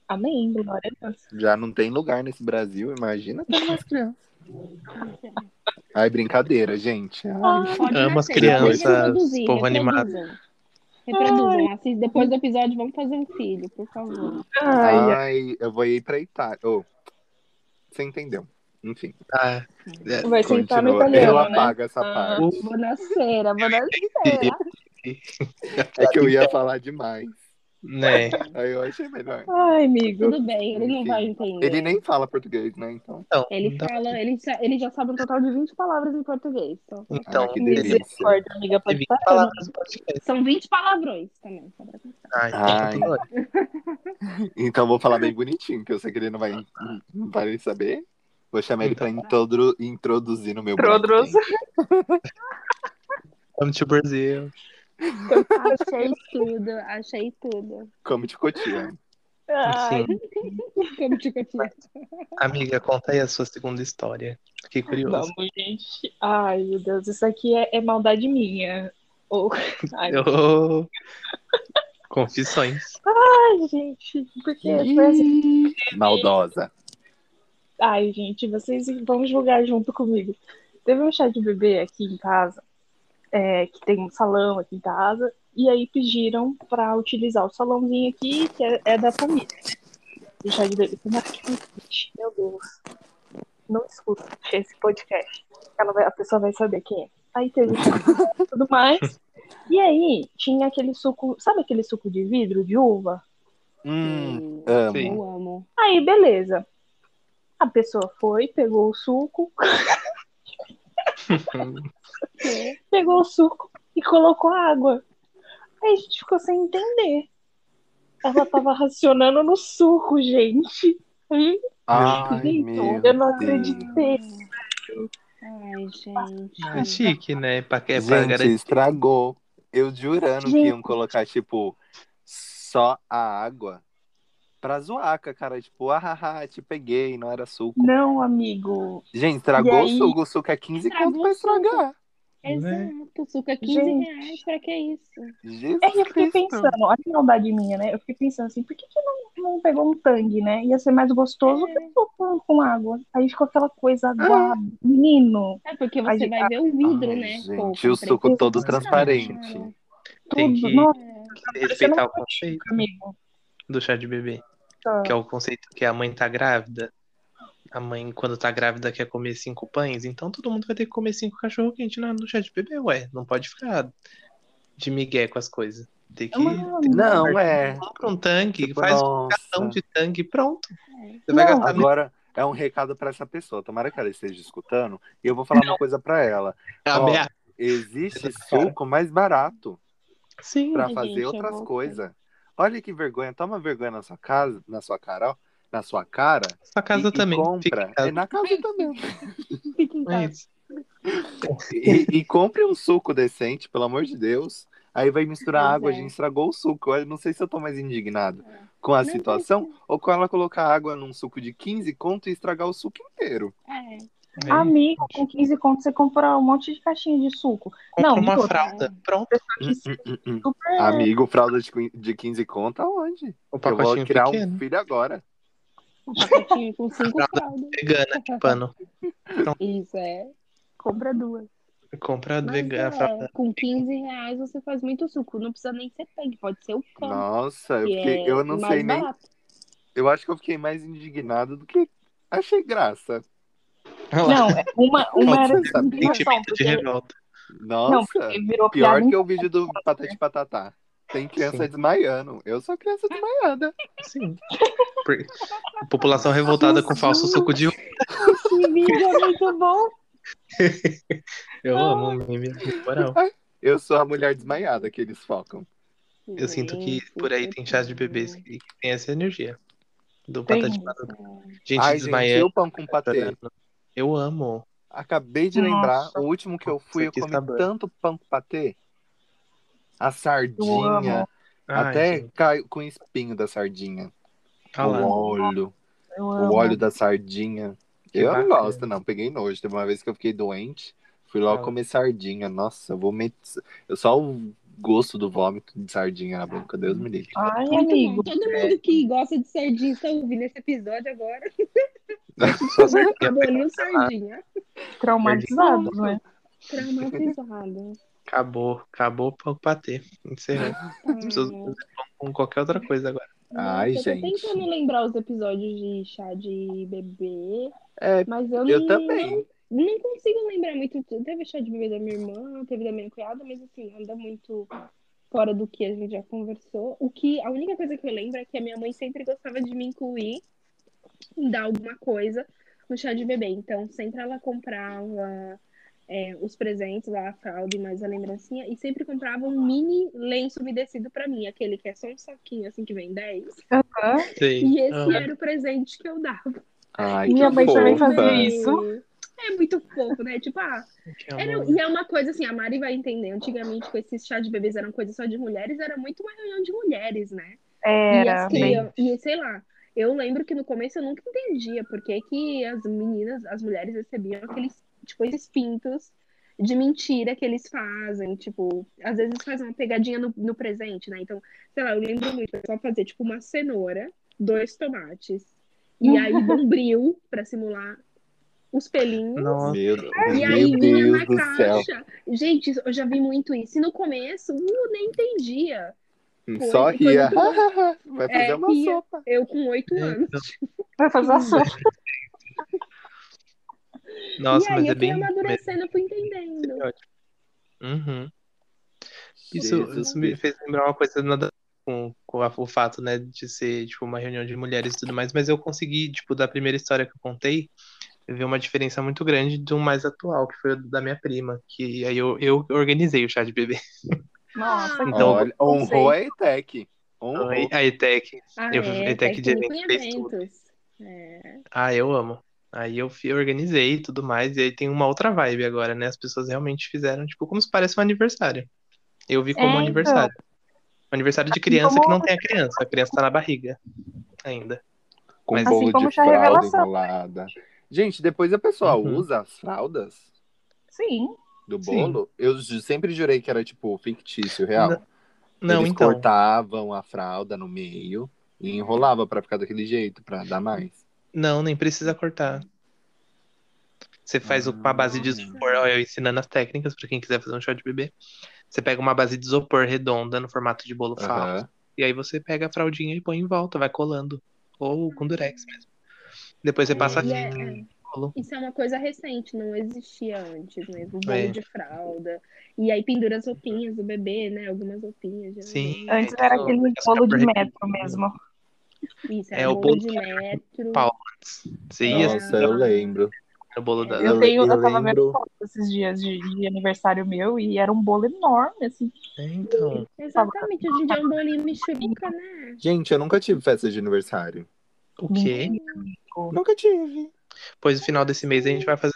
D: amém, glória a Deus.
A: Já não tem lugar nesse Brasil, imagina tendo mais crianças. Ai, brincadeira, gente. Ai,
C: Pode
B: Amo as
C: nascer,
B: crianças,
C: pode reproduzir,
B: povo
C: reproduzam. Reproduzam. Assim, depois do episódio, vamos fazer um filho, por favor.
D: Ai, é. ai.
A: ai, eu vou ir pra Itália. Oh, você entendeu. Enfim,
B: Ah, é,
D: vai sentar no
A: continua. eu
D: italiano, né?
A: apago essa
D: Ah.
A: parte.
B: o-
C: Bonaceira, bonaceira.
A: É que eu ia falar demais.
B: né?
A: Aí eu achei melhor.
D: Ai, amigo.
C: Tudo bem, ele não vai entender.
A: Ele nem fala português, né? Então,
B: Então,
C: Ele
B: então,
C: fala, ele, sa- ele já sabe um total de 20 palavras em português. Então,
B: então
A: Ah, que delícia.
D: Misericórdia, amiga,
B: teve
D: pode
B: que
D: parar.
B: falar nos podcasts.
C: são 20 palavrões também. só pra constar.
B: Ai,
A: Ai.
B: então tá bom.
A: então eu vou falar bem bonitinho, que eu sei que ele não vai, não vai saber. Vou chamar ele pra introdru- introduzir no meu
D: Introduz.
A: bloco.
B: Vamos to Brasil.
C: Achei tudo, achei tudo.
A: Como de cotia.
B: Sim.
D: Ai,
C: Como tipo assim, digo aqui.
B: Amiga, conta aí a sua segunda história. Fiquei curioso.
D: vamos, gente. Ai, meu Deus, isso aqui é, é maldade minha. Ou- [laughs] Ai,
B: Ô,
A: [laughs]
B: Confissões.
D: ai, gente, porque foi assim.
A: Maldosa.
D: Ai, gente, vocês vão julgar junto comigo. Teve um chá de bebê aqui em casa, é, que tem um salão aqui em casa, e aí pediram pra utilizar o salãozinho aqui, que é, é da família. O chá de bebê. Meu Deus. Não escuta esse podcast. Ela vai- a pessoa vai saber quem é. Aí teve tudo [laughs] mais. E aí tinha aquele suco, sabe aquele suco de vidro de uva?
A: Hum,
C: Hum,
A: amo.
B: Sim.
C: Eu amo.
D: Aí, beleza. A pessoa foi, pegou
A: [laughs]
D: o suco, pegou o suco e colocou água. Aí a gente ficou sem entender. Ela tava racionando no suco, gente. Aí,
A: Ai,
D: gente,
A: meu
D: eu não
A: Deus.
D: acreditei.
C: Ai, gente.
B: É chique, né? Pra, é pra
A: Gente,
B: garantir.
A: estragou. Eu jurando que
D: Gente.
A: iam colocar, tipo, só a água pra zoar com a cara. Tipo, ah, ah, ah, te peguei, não era suco.
D: Não, amigo.
A: Gente, estragou
D: E aí?
A: o suco. O suco é 15
C: Estragou
A: conto pra
C: o suco.
A: estragar.
C: Exato, suca 15
D: Gente.
C: reais, pra que isso?
A: Jesus
D: É, eu fiquei
A: Cristo.
D: pensando, olha que maldade minha, né? Eu fiquei pensando assim, por que, que não, não pegou um tangue, né? Ia ser mais gostoso que
A: É.
D: o suco com água. Aí ficou aquela coisa
A: Ah.
D: aguada. Menino,
C: É porque você
D: Ai,
C: vai ver o vidro,
A: Ai,
C: né? pouco,
A: Gente, o
C: preto.
A: suco todo
D: Nossa,
A: transparente.
B: Tem
D: tudo.
B: que
D: Nossa,
C: É,
B: respeitar o
D: Você não pode,
B: conceito
D: amigo.
B: um do chá de bebê.
D: Tá.
B: Que é o conceito que a mãe tá grávida. A mãe, quando tá grávida, quer comer cinco pães. Então todo mundo vai ter que comer cinco cachorro quente no chá de bebê, ué. Não pode ficar de migué com as coisas. Tem que.
D: Mano.
B: tem que-
A: Não, é.
B: Compra um tanque,
A: Tipo,
B: faz um
A: nossa.
B: cartão de tanque, pronto. Você
D: Não.
B: vai gastar muito.
A: Agora é um recado pra essa pessoa. Tomara que ela esteja escutando. E eu vou falar uma coisa pra ela.
B: Ah,
A: Ó,
B: Bea-
A: Existe suco mais barato.
B: Sim.
A: Pra
C: Ai,
A: fazer
C: gente, é eu
A: outras
C: vou-
A: coisas. Olha que vergonha, toma vergonha na sua casa, na sua cara, ó. na sua cara.
B: Sua casa
A: e,
B: também.
A: E
B: Fica
A: compra.
B: em casa.
A: É na casa também.
C: [laughs] Fica em
B: É
D: Tá.
C: casa.
B: isso.
A: E, e compre um suco decente, pelo amor de Deus. Aí vai misturar
C: Pois
A: água, a
C: é.
A: gente estragou o suco. Eu não sei se eu tô mais indignado com a
C: Não,
A: situação ou com ela colocar água num suco de 15 conto e estragar o suco inteiro.
C: É.
B: É.
D: Amigo, com 15 conto você compra um monte de caixinha de suco.
B: Compra
D: Não,
B: uma
D: e outra?
B: fralda. Pronto.
D: Só que se
A: Hum, hum.
D: super-
A: Amigo, fralda de quin- de 15 conto aonde?
B: O
A: Eu vou
B: pacotinho
A: criar
B: pequeno.
A: um filho agora.
C: Um pacotinho com cinco
B: Nada.
C: fraldas.
B: Vegana, que pano.
C: Isso, é. Compra duas.
B: Compra
C: Mas
B: vegana,
C: é,
B: fralda.
C: com 15 reais você faz muito suco. Não precisa nem ser tanque, pode ser o cano.
A: Nossa, eu,
C: Tá. que
A: fiquei-
C: é
A: eu não
C: mais
A: sei nem.
C: barato.
A: Eu acho que eu fiquei mais indignado do que achei graça.
B: Olha lá.
D: Não, é- uma, uma era
A: Nossa,
D: de
C: tipo,
D: indignação,
B: Sentimento de
D: porque,
B: revolta.
D: não,
A: Nossa,
D: porque virou
A: pior
D: piada né?
A: que o vídeo do Patati Patatá. Tem criança
B: Sim.
A: desmaiando. Eu sou criança desmaiada.
C: [laughs]
B: Sim. Por- População revoltada com falso suco de uva.
C: Que vídeo é muito bom.
B: Eu amo o meme, na moral.
A: Eu sou a mulher desmaiada que eles focam.
B: Eu sinto que por aí tem chás de
C: tá
B: bebês que, que tem essa energia. Do
D: Tem.
B: batata de batata. Gente
A: Ai, gente,
B: desmaiando.
A: eu pão com patê.
B: chorando. Eu amo.
A: Acabei de
D: Nossa.
A: lembrar, o último que eu fui,
B: Isso
A: eu
B: aqui
A: comi
B: está bom.
A: tanto pão com patê. A sardinha.
D: amo.
B: Ai,
A: até
B: gente,
A: caiu com o espinho da sardinha.
B: olha lá.
A: o óleo.
D: eu
A: O
D: amo.
A: óleo da sardinha.
B: Que
A: eu não
B: bacana.
A: gosto, não. Peguei nojo. Teve uma vez que eu fiquei doente. Fui lá
B: Ah.
A: comer sardinha. Nossa, eu vou meter. Eu só o gosto do vômito de sardinha na boca. Deus me livre.
D: Ai,
C: Muito bom.
D: amigo.
C: Todo mundo que gosta de sardinha está ouvindo esse episódio agora. Aboliu sardinha.
D: Traumatizados, né?
A: [laughs]
C: Traumatizado.
B: Acabou, acabou o patê. Encerrou. As pessoas
C: Ai.
B: vão com qualquer outra coisa agora.
A: Ai,
C: É, né? Nossa, Eu tô
A: gente.
C: tentando lembrar os episódios de chá de bebê,
A: É,
C: mas eu,
A: eu
C: não,
A: também.
C: não, não consigo lembrar muito. Teve chá de bebê da minha irmã, teve da minha cunhada, mas assim, anda muito fora do que a gente já conversou. O que, a única coisa que eu lembro é que a minha mãe sempre gostava de me incluir em dar alguma coisa no chá de bebê. Então, sempre ela comprava é, os presentes, lá, a fralda e mais a lembrancinha, e sempre comprava um mini lenço umedecido pra mim, aquele que é só um saquinho, assim, que vem 10.
D: Aham.
B: Sei.
C: E esse
B: Ah,
C: era o presente que eu dava.
A: Ai,
D: Minha
A: que
D: mãe também
A: fofa.
D: fazia isso.
C: É muito fofo, né? Tipo, ah,
B: que
C: era-
B: amor.
C: e é uma coisa assim, a Mari vai entender. Antigamente, com esses chá de bebês eram coisa só de mulheres, era muito uma reunião de mulheres, né? E, assim,
D: Era.
C: as crianças, e sei lá, eu lembro que no começo eu nunca entendia por que, que as meninas, as mulheres recebiam aqueles, tipo, esses pintos de mentira que eles fazem, tipo, às vezes fazem uma pegadinha no, no presente, né? Então, sei lá, eu lembro muito, só fazer, tipo, uma cenoura, dois tomates, e aí bombril pra simular os pelinhos.
B: Nossa.
A: Meu, Deus-
C: E
A: meu
C: aí vinha
A: Deus
C: na
A: do céu.
C: caixa. Gente, eu já vi muito isso. E no começo, uh, nem entendia. Foi-
A: Só
C: foi
A: ria.
C: muito
A: [laughs]
C: bom.
A: Vai fazer
C: É,
A: uma
C: ria.
A: sopa.
C: Eu com oito
B: É.
C: anos.
D: Vai fazer a sopa.
B: Nossa,
C: e aí
B: mas
C: eu
B: é
C: fui
B: bem.
C: amadurecendo, eu fui entendendo.
B: Uhum. Isso,
A: Jesus
B: isso me fez lembrar uma coisa nada a ver com, com a- o fato, né, de ser, tipo, uma reunião de mulheres e tudo mais, mas eu consegui, tipo, da primeira história que eu contei, ver uma diferença muito grande do mais atual, que foi o da minha prima, que aí eu, eu organizei o chá de bebê.
D: Nossa,
B: Então,
A: Olha, honrou
D: conceito.
A: a ETEC. Honrou.
B: Aí, A ETEC,
C: Ah,
B: Eu-
C: é,
B: até que
C: técnico em
B: dia fez tudo.
C: eventos. É.
B: ah, eu amo. Aí eu fi- organizei e tudo mais, e aí tem uma outra vibe agora, né, as pessoas realmente fizeram, tipo, como se parece um aniversário. Eu vi como um
D: É, então. Assim
B: aniversário. Um aniversário de criança que
D: como-
B: não tem a criança, a criança tá na barriga ainda.
A: Com
B: Mas-
D: Assim
A: bolo
D: como
A: de
D: chá
A: fralda
D: revelação.
A: enrolada. Gente, depois a pessoa
B: Uhum.
A: usa as fraldas
D: sim.
A: do
B: Sim.
A: bolo. Eu ju- sempre jurei que era, tipo, fictício, real.
B: Não,
A: Eles
B: então.
A: cortavam a fralda no meio e enrolava pra ficar daquele jeito, pra dar mais.
B: Não, nem precisa cortar. Você faz
A: Ah.
B: uma base de isopor, ó, eu ensinando as técnicas pra quem quiser fazer um chá de bebê. Você pega uma base de isopor redonda no formato de bolo falso,
A: Aham.
B: e aí você pega a fraldinha e põe em volta, vai colando. Ou com durex mesmo. Depois você passa um
C: E
B: fita
C: é- é,
B: no bolo.
C: Isso é uma coisa recente, não existia antes mesmo. O bolo
B: É.
C: de fralda. E aí pendura as roupinhas do bebê, né? Algumas roupinhas. geralmente.
B: assim, Sim.
D: Antes era
B: isso-
D: aquele
B: isso
D: bolo de
B: pra-
D: metro mesmo.
C: Isso,
B: É,
C: é
B: o
C: o bolo
B: bolo
C: de metro.
B: Pau. Você ia
C: Nossa.
B: assim,
A: Nossa, eu lembro.
B: no bolo da.
A: Eu
D: Eu, tenho, eu,
A: le- eu
D: tava
A: lembro-
D: vendo foto esses dias de, de aniversário meu e era um bolo enorme, assim.
B: É, Então.
C: Exatamente, hoje em dia é um bolinho mexerica, né?
A: Gente, eu nunca tive festa de aniversário.
B: O quê?
A: Nunca tive.
B: Pois no final desse mês a gente vai fazer.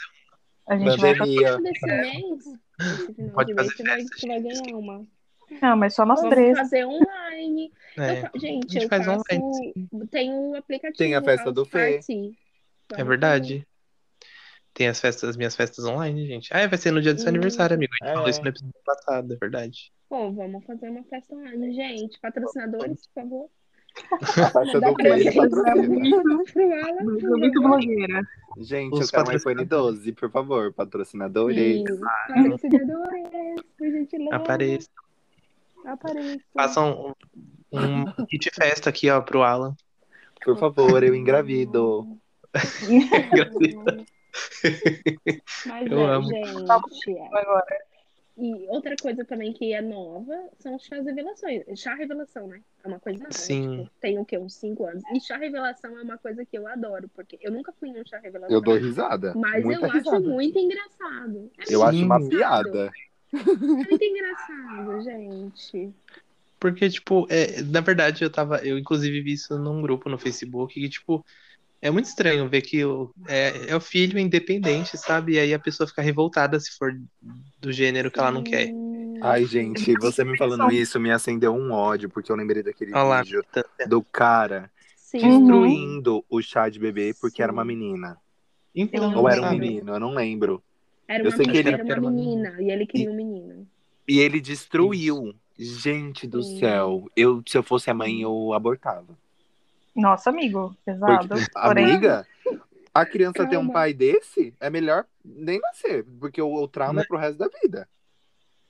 D: A gente vai pra...
A: Pandemia.
C: Desse mês, esse final
B: É. Pode
C: de mês,
B: fazer
C: você vai,
B: festa,
C: você vai ganhar uma.
D: Não, mas só nós
C: Vamos
D: três.
C: fazer online. Eu
B: É,
C: fa- gente,
B: A gente
C: eu
B: faz
C: faço...
B: online,
C: Tem um aplicativo.
A: Tem a festa do
C: House
A: Fê.
C: Party.
A: Tá
B: é verdade. Tem as festas, as minhas festas online, gente. Ah, é, vai ser no dia do seu
C: Hum.
B: aniversário, amigo. A gente
A: É.
B: falou isso no episódio passado, é verdade.
C: Pô, vamos fazer uma festa online, gente. Patrocinadores, por favor.
A: A festa
C: Dá
A: do
C: pra
A: Fê
C: gente
A: patrocina.
C: Pro Alan, por favor.
D: é Muito blogueira.
A: Gente, eu
B: Os
A: quero um iPhone
B: patrocinadores.
A: 12, por favor, patrocinadores.
C: Sim.
B: Ah,
C: Patrocinadores, por
A: É,
C: gentileza.
B: Apareça.
A: tá.
B: [laughs]
C: Apareça.
B: Façam um,
A: [laughs]
B: um kit festa aqui, ó, pro Alan.
A: Por favor, eu engravido.
C: Mas
B: Eu
C: é,
B: amo.
C: gente. é.
D: Agora.
C: E outra coisa também que é nova são os chás revelações. Chá revelação, né? É uma coisa nova.
B: Sim.
C: tipo, tem o quê? Uns 5 anos. E chá revelação é uma coisa que eu adoro, porque eu nunca fui em um chá revelação.
A: Eu dou risada.
C: Mas
A: Muita
C: eu
A: risada.
C: acho muito engraçado. É
A: Eu acho uma
B: Sim.
A: piada.
C: muito engraçado, gente.
B: Porque, tipo, é, na verdade, eu tava. Eu, inclusive, vi isso num grupo no Facebook que, tipo, é muito estranho ver que o, é, é o filho independente, sabe? E aí a pessoa fica revoltada se for do gênero que ela não quer.
C: Hum,
A: Ai, gente, você me falando isso me acendeu um ódio, porque eu lembrei daquele
B: Olha lá,
A: vídeo
B: tá- tá.
A: do cara
D: Uhum.
C: Sim.
A: destruindo o chá de bebê porque era uma
C: Sim.
A: menina.
B: Então,
D: Eu
A: Ou era um
B: sabe?
A: menino, eu não lembro.
C: Era
A: Eu
C: uma,
A: sei que
C: menina,
A: ele-
C: era uma menina. E ele queria um menino.
A: E ele destruiu. Gente do
C: Sim.
A: céu. Eu, se eu fosse a mãe, eu abortava.
D: Nossa, amigo. Pesado.
A: Porque,
D: Porém,
A: amiga, a criança ter um
C: Calma.
A: pai desse é melhor nem nascer, porque o, o trauma é pro resto da vida.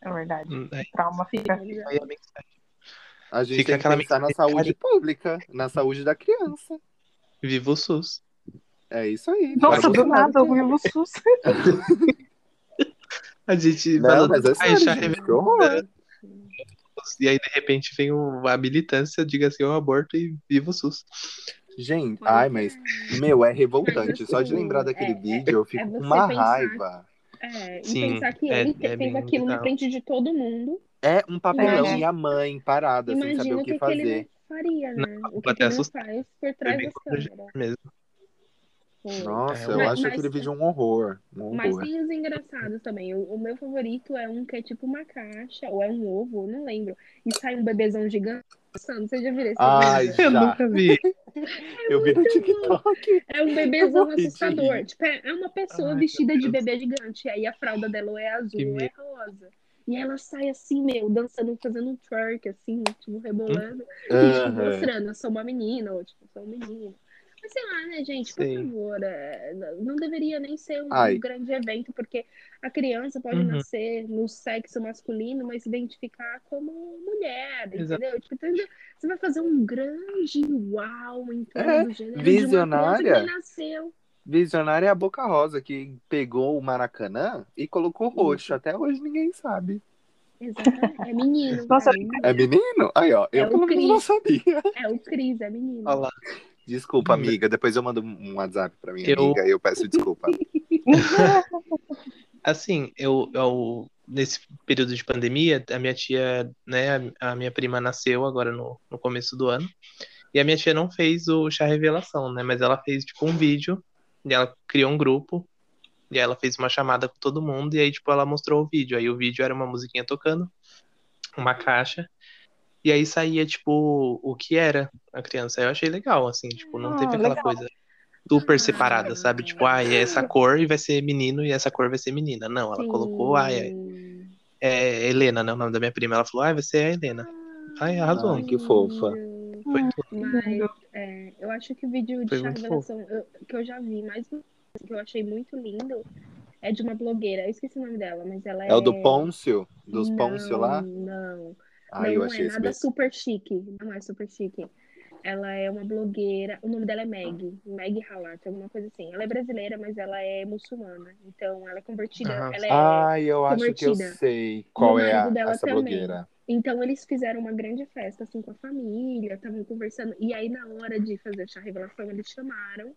D: é verdade.
B: Hum, é,
D: Trauma fica.
B: aí a mensagem.
A: A gente
B: Fica
A: tem que
B: aquela
A: pensar na
B: mentalidade.
A: saúde pública, na saúde da criança.
B: Viva o SUS.
A: É isso aí.
D: Nossa,
A: Vai
D: do
A: voltar.
D: nada, eu vivo SUS. [laughs]
B: A gente
A: Não,
B: fala,
A: mas é
B: "Ai,
A: sério,
B: já
A: gente, que
B: revelou né?
A: horror.
B: SUS", E aí, de repente, vem o- a militância, diga assim, eu aborto e viva o SUS.
A: Gente, ai, mas, meu, é revoltante. Só de lembrar daquele
C: É, é,
A: vídeo, eu fico
C: é
A: com
C: você
A: uma
C: pensar.
A: raiva.
C: É, e
B: Sim,
C: pensar que
B: é-
C: ele
B: é
C: fez
B: bem
C: aquilo na
B: bizarro.
C: frente de todo mundo.
A: É um papelão
D: É.
A: e a mãe parada, sem saber
C: Imagina
A: o
C: o
A: que
C: que, que ele
A: fazer.
C: não faria, né? o que,
B: até
C: que ele não
B: assustar.
C: faz por
B: Foi
C: trás
B: bem
C: das câmeras.
B: mesmo.
C: Sim.
A: Nossa, eu
B: Mas-
A: acho
C: É, mas-
A: aquele vídeo um horror. Um horror.
C: Mas né? tem os engraçados também. O, o meu favorito é um que é tipo uma caixa, ou é um ovo, eu não lembro. E sai um bebezão gigante. Nossa, Você já viu esse
A: Ai,
C: vídeo?
B: Eu
A: Já.
B: nunca vi.
A: eu vi no
C: muito [laughs]
A: TikTok.
C: É um bebezão
A: morri de
C: assustador.
B: rir.
C: Tipo, é é uma pessoa
B: Ai,
C: vestida
B: meu
C: de
B: Deus.
C: bebê gigante. E aí a fralda dela ou é azul
B: Que
C: ou é rosa. E ela sai assim, meu, dançando, fazendo um twerk, assim, tipo, rebolando.
A: Uhum.
C: E, tipo,
A: Aham.
C: mostrando, eu sou uma menina, ou tipo, sou um menino. Mas sei lá, né, gente, por
B: Sim.
C: favor, é, não deveria nem ser um
A: Ai.
C: grande evento, porque a criança pode
B: Uhum.
C: nascer no sexo masculino, mas se identificar como mulher,
B: Exato.
C: entendeu? Tipo, então, você vai fazer um grande uau em torno
A: É,
C: do gênero de uma
A: visionária.
C: criança que nasceu.
A: Visionária é a Boca Rosa, que pegou o Maracanã e colocou roxo. Até hoje ninguém sabe.
C: Exatamente. É menino.
D: Nossa,
C: é, menino.
A: É menino? Aí, ó, eu
C: É o
A: pelo menos não
C: Cris.
A: sabia.
C: É o Cris, é menino.
B: Olha lá.
A: Desculpa, amiga. Depois eu mando um WhatsApp pra minha
B: Eu-
A: amiga e eu peço desculpa.
B: Assim, eu, eu- nesse período de pandemia, a minha tia, né, a, a minha prima nasceu agora no, no começo do ano. E a minha tia não fez o chá revelação, né? Mas ela fez tipo um vídeo, e ela criou um grupo, e ela fez uma chamada com todo mundo, e aí tipo ela mostrou o vídeo. Aí o vídeo era uma musiquinha tocando, uma caixa, e aí saía tipo o que era a criança. Eu achei legal, assim, tipo, não
D: Ah,
B: teve aquela
D: legal.
B: coisa super separada, sabe? Tipo, ah, é essa cor e vai ser menino e essa cor vai ser menina. Não, ela
C: Sim.
B: colocou, ah, é, é Helena, né? O nome da minha prima. Ela falou, ah, vai ser a Helena. Ai, arrasou.
A: Ai, que fofa.
B: Foi tudo.
C: Mas é, eu acho que o vídeo de
B: Foi
C: chá
B: muito
C: revelação eu- que eu já vi, mais uma vez, que eu achei muito lindo, é de uma blogueira. Eu esqueci o nome dela, mas ela é.
A: É o do Pôncio? Dos
C: não,
A: Pôncio lá?
C: Não.
A: Ai,
C: não,
A: eu
C: não
A: achei
C: é
A: esse
C: nada
A: bem.
C: super chique. Não é super chique. Ela é uma blogueira. O nome dela é Meg. Meg Halat, alguma coisa assim. Ela é brasileira, mas ela é muçulmana. Então, ela é convertida.
B: Ah.
C: Ela é...
A: Ai, eu acho que eu
C: Convertida.
A: sei qual é a,
C: marido dela
A: essa
C: também.
A: blogueira.
C: Então, eles fizeram uma grande festa, assim, com a família. Estavam conversando. E aí, na hora de fazer a revelação, eles chamaram.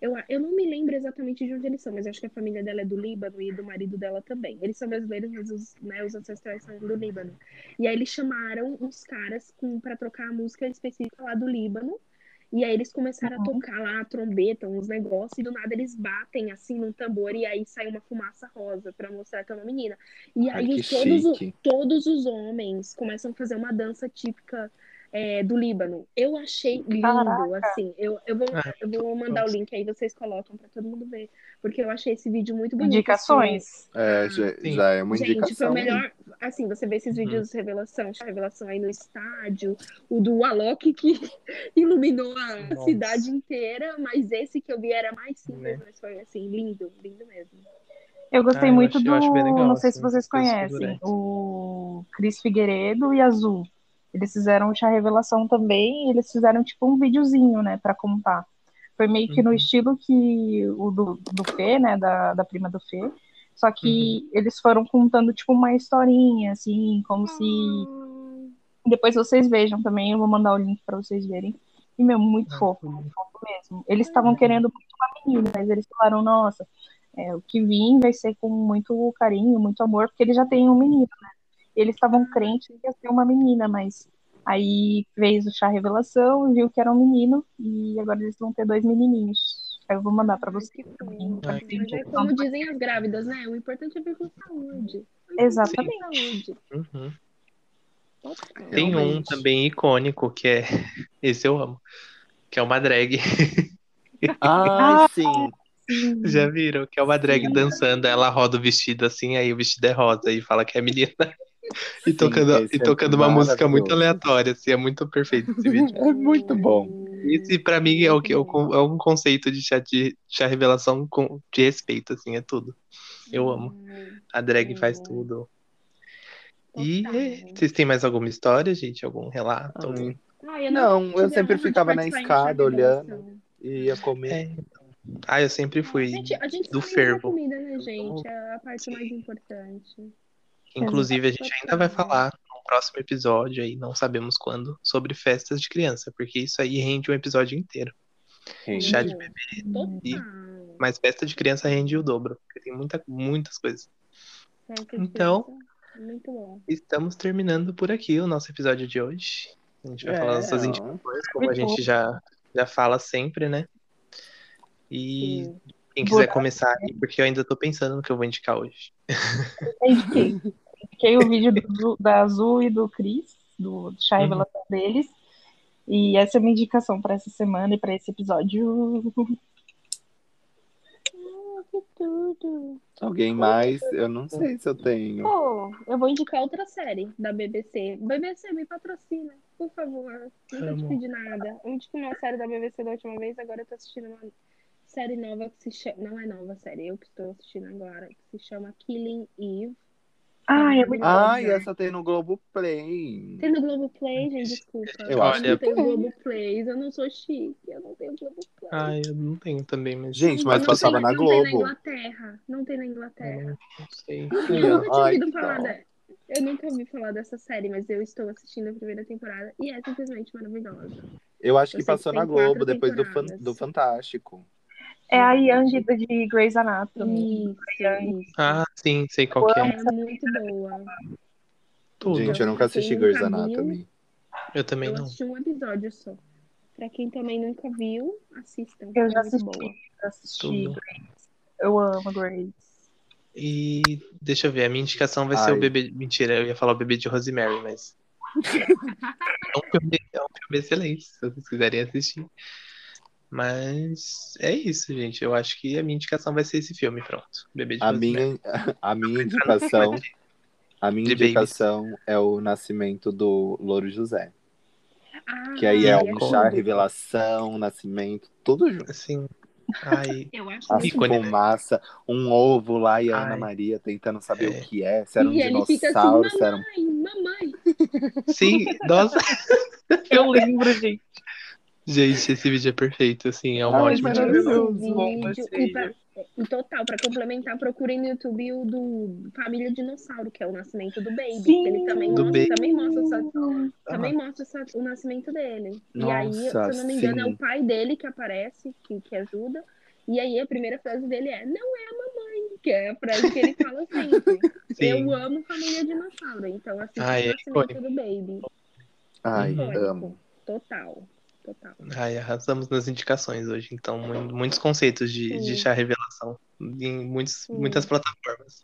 C: Eu, a- eu não me lembro exatamente de onde eles são, mas acho que a família dela é do Líbano e do marido dela também. Eles são brasileiros, mas os, né, os ancestrais são do Líbano. E aí eles chamaram uns caras com, pra trocar a música específica lá do Líbano. E aí eles começaram a tocar lá a trombeta, uns negócios, e do nada eles batem assim num tambor e aí sai uma fumaça rosa pra mostrar que é uma menina. E
A: Ai,
C: aí
A: que
C: todos, o-
A: chique.
C: todos os homens começam a fazer uma dança típica é, do Líbano. Eu achei lindo,
D: Caraca.
C: assim. Eu, eu, vou,
B: Ah,
C: eu vou mandar o link aí, vocês colocam pra todo mundo ver. Porque eu achei esse vídeo muito bonito. assim.
D: Indicações.
A: É, já,
B: Ah, Sim.
A: já é uma
C: Gente, foi
A: indicação.
C: o melhor. Assim, você vê esses vídeos revelação, a revelação aí no estádio, o do Alok que [laughs] iluminou a
B: Nossa.
C: cidade inteira, mas esse que eu vi era mais simples, mas foi assim, lindo, lindo mesmo.
D: Eu gostei
B: Ah, eu
D: muito
B: acho- eu
D: do.
B: acho bem legal,
D: não sei se
B: assim,
D: vocês
B: coisas
D: conhecem.
B: figurantes.
D: O Cris Figueiredo e Azul. Eles fizeram o Chá Revelação também. E eles fizeram tipo um videozinho, né, pra contar. Foi meio que no
B: Uhum.
D: estilo que o do, do Fê, né, da, da prima do Fê. Só que
B: Uhum.
D: eles foram contando tipo uma historinha, assim, como
C: Hum.
D: se.
C: Ah.
D: Depois vocês vejam também. Eu vou mandar o link pra vocês verem. E, meu, muito
B: Ah,
D: fofo,
B: que
D: muito fofo mesmo. Eles estavam querendo muito uma menina, mas eles falaram, nossa, é, o que vim vai ser com muito carinho, muito amor, porque eles já têm um menino, né? Eles estavam crentes que ia ser uma menina, mas aí fez o chá revelação, viu que era um menino, e agora eles vão ter dois menininhos. Aí eu vou mandar pra vocês. também, pra
B: Ai,
D: vocês
C: Mas é
D: verem.
C: como dizem as grávidas, né? O importante é ver com saúde. O importante é
D: Exatamente.
C: ver com Saúde.
B: Uhum.
C: Total.
B: Tem um
A: Realmente.
B: também icônico que é. [laughs] Esse eu amo. Que é uma drag. [laughs]
A: Ah,
B: assim,
A: sim.
B: Já viram? Que é uma drag
C: Sim.
B: dançando. Ela roda o vestido assim, aí o vestido é rosa e fala que é menina. E
A: Sim,
B: tocando,
A: esse
B: e
A: é
B: tocando uma música muito
A: maravilhoso.
B: aleatória, assim, é muito perfeito esse vídeo.
A: [laughs] É muito bom.
B: Esse, pra mim, é, o que, é o- é um conceito de chá, de chá revelação com, de respeito, assim, é tudo. Eu amo. A drag faz tudo. E
C: É. Total.
B: é, vocês têm mais alguma história, gente? Algum relato? Algum...
C: Ai, Ah, eu
A: Não, eu
C: tiveram
A: sempre
C: vontade de
A: ficava na
C: participar em
A: escada
C: chá de
A: olhando.
C: dança.
A: E ia comer.
B: É, então. Ah, eu sempre fui.
C: Gente, a gente
B: do
C: só lembra da
B: fervo.
C: comida, né, gente? É a parte mais importante.
B: Inclusive, a gente ainda vai falar no próximo episódio aí, não sabemos quando, sobre festas de criança, porque isso aí rende um episódio inteiro.
A: Gente,
B: Chá de
C: Total.
B: E- Mas festa de criança rende o dobro, porque tem muita, muitas coisas.
C: Festa de
B: Então-
C: criança, Muito bom.
B: Estamos terminando por aqui o nosso episódio de hoje. A gente vai
A: é,
B: falar nossas
A: não.
B: indicações, como a gente já, já fala sempre, né? E
C: Sim.
B: quem quiser
D: Boa.
B: começar aí, porque eu ainda tô pensando no que eu vou indicar hoje.
D: Eu indiquei. Indiquei o vídeo do- do- da Azul e do Cris, do chá
B: Uhum.
D: revelação deles. E essa é a minha indicação pra essa semana e pra esse episódio.
C: Que tudo.
A: Alguém mais? Eu não sei se eu tenho.
C: Pô, eu vou indicar outra série da BBC. BBC, me patrocina, por favor. Nunca te
B: Amo.
C: pedi nada. Eu indiquei uma série da BBC da última vez, agora eu tô assistindo uma série nova que se chama. Não é nova série, eu que estou assistindo agora, que se chama Killing Eve.
D: Ai, é muito
A: Ah, e essa tem no Globoplay.
C: Tem no Globoplay, gente, desculpa.
A: Eu acho é
B: Olha,
C: não tenho Globoplay, eu não sou chique, eu não tenho Globoplay.
B: ai, Ah, eu não tenho também, mas.
A: Gente, mas
C: Não
A: passava
C: tem-
A: na
C: Não tem
A: Globo.
C: na Inglaterra, não tem na
B: eu
C: Inglaterra.
B: não sei.
C: Eu nunca tinha
A: Ai,
C: ouvido
A: que
C: falar
A: dó.
C: dela. Eu nunca ouvi falar dessa série, mas eu estou assistindo a primeira temporada e é simplesmente maravilhosa.
A: Eu acho
C: Eu
A: que
C: sei
A: passou
C: que
A: na
C: tem quatro
A: Globo depois do, fan-
C: temporadas.
A: do Fantástico.
D: É a Yang de Grey's Anatomy.
C: Isso, isso.
B: Ah, sim, sei qual que é.
C: É muito boa.
B: Tudo.
A: Gente, eu nunca assisti
C: Quem nunca
A: Grey's
C: viu?
A: Anatomy.
B: Eu também
C: Eu
B: não.
C: assisti um episódio só. Pra quem também nunca viu, assistam.
D: Eu
C: é
D: já
C: muito
D: assisti.
C: boa.
D: Eu assisti
B: Tudo.
D: Grey's. Eu amo Grey's.
B: E deixa eu ver, a minha indicação vai ser
A: Ai.
B: o bebê. Mentira, eu ia falar o bebê de Rosemary, mas. é, um filme, é um filme excelente, se vocês quiserem assistir. Mas é isso, gente. Eu acho que a minha indicação vai ser esse filme, pronto. Bebê de
A: A
B: Rosemary.
A: minha, a minha indicação, a minha
B: De babies.
A: indicação é o nascimento do Louro José.
C: Ah,
A: Que aí é
B: Ai,
A: um
B: é
A: chá,
C: tudo.
A: revelação, nascimento, tudo junto.
B: Assim. Ai,
C: Eu acho
A: A
C: muito
B: Ícone, né?
A: fumaça, um ovo lá e a Ana
B: Ai.
A: Maria tentando saber
B: É.
A: o que é, se era um
C: e ele fica assim,
A: dinossauro, se era um.
C: mamãe, mamãe.
B: sim, nossa.
D: Eu lembro, gente.
B: Gente, esse vídeo é perfeito, assim, é uma
A: Ai,
B: ótima indicação.
A: maravilhoso.
C: Esse
D: Bom,
C: vídeo,
D: esse
C: e pra- e total, pra complementar, procurem no YouTube o do Família Dinossauro, que é o nascimento do Baby.
D: Sim.
C: Ele também
B: Do
C: mostra,
D: Tá
B: Baby.
C: também mostra, essa- também mostra essa- o nascimento dele. e aí, se eu não me engano, é
A: sim.
C: o pai dele que aparece, que, que ajuda. E aí a primeira frase dele é, não é a mamãe, que é a frase que ele fala sempre.
B: Sim.
C: Eu amo Família Dinossauro, então assim,
B: Ah,
C: o
B: é
C: nascimento do Baby.
A: Ai,
C: Icônico.
A: amo.
C: Total. total.
B: Ai, arrasamos nas indicações hoje, então, mu- muitos conceitos de, de
C: Sim.
B: chá revelação em muitos,
C: Sim.
B: muitas plataformas.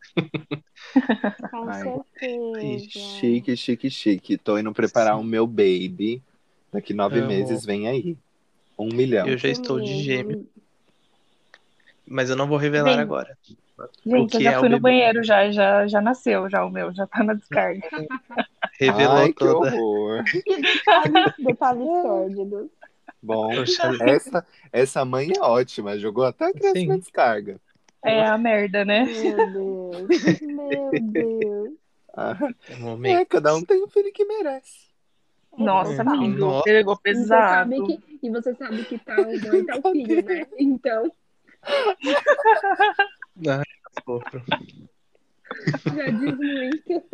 C: Com
A: Ai,
C: certeza.
A: Chique, chique, chique. Tô indo preparar o meu baby. Daqui nove
B: Amo.
A: meses vem aí. Um milhão.
B: Eu já estou de
C: Mesmo.
B: gêmeo, mas eu não vou revelar
D: Bem.
B: agora. O
D: Gente,
B: que
D: eu
B: é
D: já
B: o
D: fui no
B: bebê?
D: banheiro, já, já, já nasceu, já o meu, já tá na descarga.
B: Revelou
A: Ai, que
B: toda.
A: horror.
C: Detalhes, [laughs] detalhes sórdidos.
A: Bom,
B: O
C: [laughs]
B: chá-
A: essa, essa mãe é ótima. Jogou até a criança
B: Sim.
A: na descarga.
D: É a merda, né?
C: Meu Deus. Meu Deus.
A: Ah,
B: Momento.
A: é, cada um tem o filho que merece.
D: Nossa,
B: Hum.
D: amigo,
B: Nossa.
D: pegou
C: E você sabe
D: pesado.
C: que- e você sabe que tá o mãe e tá o filho, né? Então,
B: Outro.
C: já diz muito.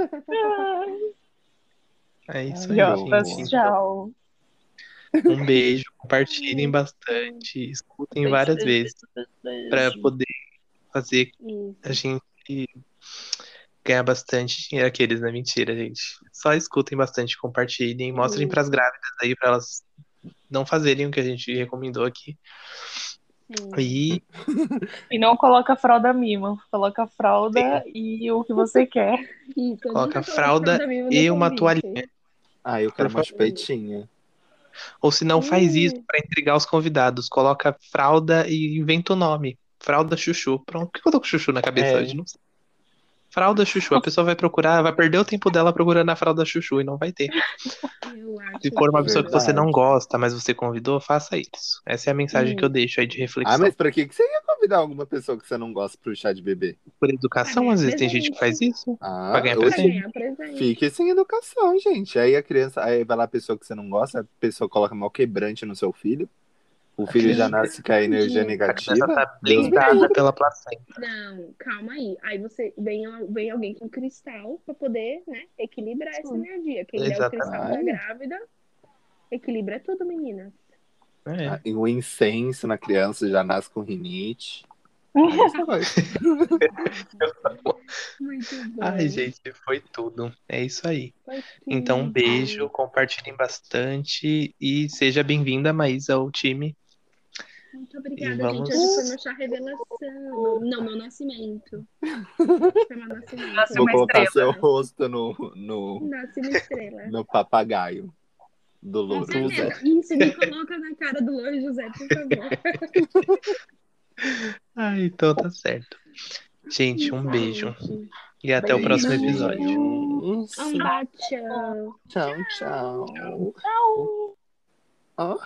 B: É isso aí,
A: Idiota,
D: Jotas,
B: gente.
D: tchau.
B: Um beijo, compartilhem bastante, escutem
C: é.
B: várias vezes para poder fazer
C: Isso.
B: a gente ganhar bastante dinheiro aqueles, né? Mentira, gente. Só escutem bastante, compartilhem, mostrem
C: Isso.
B: pras grávidas aí para elas não fazerem o que a gente recomendou aqui.
C: Sim.
B: E
D: E não coloca fralda mimo, coloca fralda e o que você quer.
C: Isso, eu
B: Coloca
C: nunca coloquei
B: fralda
C: pra mim, mas
B: e
C: eu
B: uma
C: convido.
B: toalhinha.
A: Ah, eu quero uma
B: Por favor.
A: chupetinha.
B: ou se não faz
C: Ih.
B: isso para entregar os convidados, coloca fralda e inventa o nome. Fralda Chuchu. Pronto. Por que eu tô com chuchu na cabeça
A: É.
B: hoje? Não sei. Fralda Chuchu. A pessoa vai procurar, vai perder o tempo dela procurando a fralda Chuchu e não vai ter.
C: Eu acho
B: Se for uma pessoa que tá
C: Verdade.
B: você não gosta, mas você convidou, faça isso. Essa é a mensagem
C: Hum.
B: que eu deixo aí de reflexão.
A: Ah, mas pra que que você ia convidar alguma pessoa que você não gosta pro chá de bebê?
B: Por educação, às vezes tem gente que faz isso.
A: Ah,
B: Pra ganhar
A: hoje
B: presente.
C: ganhar presente.
A: Fique sem educação, gente. Aí a criança, aí vai lá a pessoa que você não gosta, a pessoa coloca mal quebrante no seu filho. O filho já nasce com a energia
B: A criança
A: negativa.
B: tá
A: Deus me
B: blindada pela placenta.
C: Não, calma aí. Aí você vem, vem alguém com cristal pra poder, né, equilibrar essa energia. Quem der o cristal pra
A: Exatamente.
C: grávida, equilibra tudo, menina.
B: É.
A: E o incenso na criança já nasce com rinite.
C: Muito bom.
B: Ai, gente, foi tudo. É isso aí.
C: Foi
B: Então, um
C: tudo.
B: beijo, compartilhem bastante e seja bem-vinda, Maísa, ao time.
C: Muito
B: E
C: obrigada,
B: vamos-
C: gente. Hoje foi meu chá revelação. Não, meu nascimento. Foi meu nascimento.
D: Nasce
A: Vou
D: uma
A: colocar
D: estrela.
A: seu rosto no, no,
C: Nasce uma estrela.
A: no papagaio do
C: Com
A: louro.
C: certeza. Isso, me coloca na cara do Louro José, por favor.
B: Ah, então tá certo. Gente, um beijo e até o próximo
C: Beijos.
B: episódio.
C: Um bate.
A: Tchau, tchau. Ó.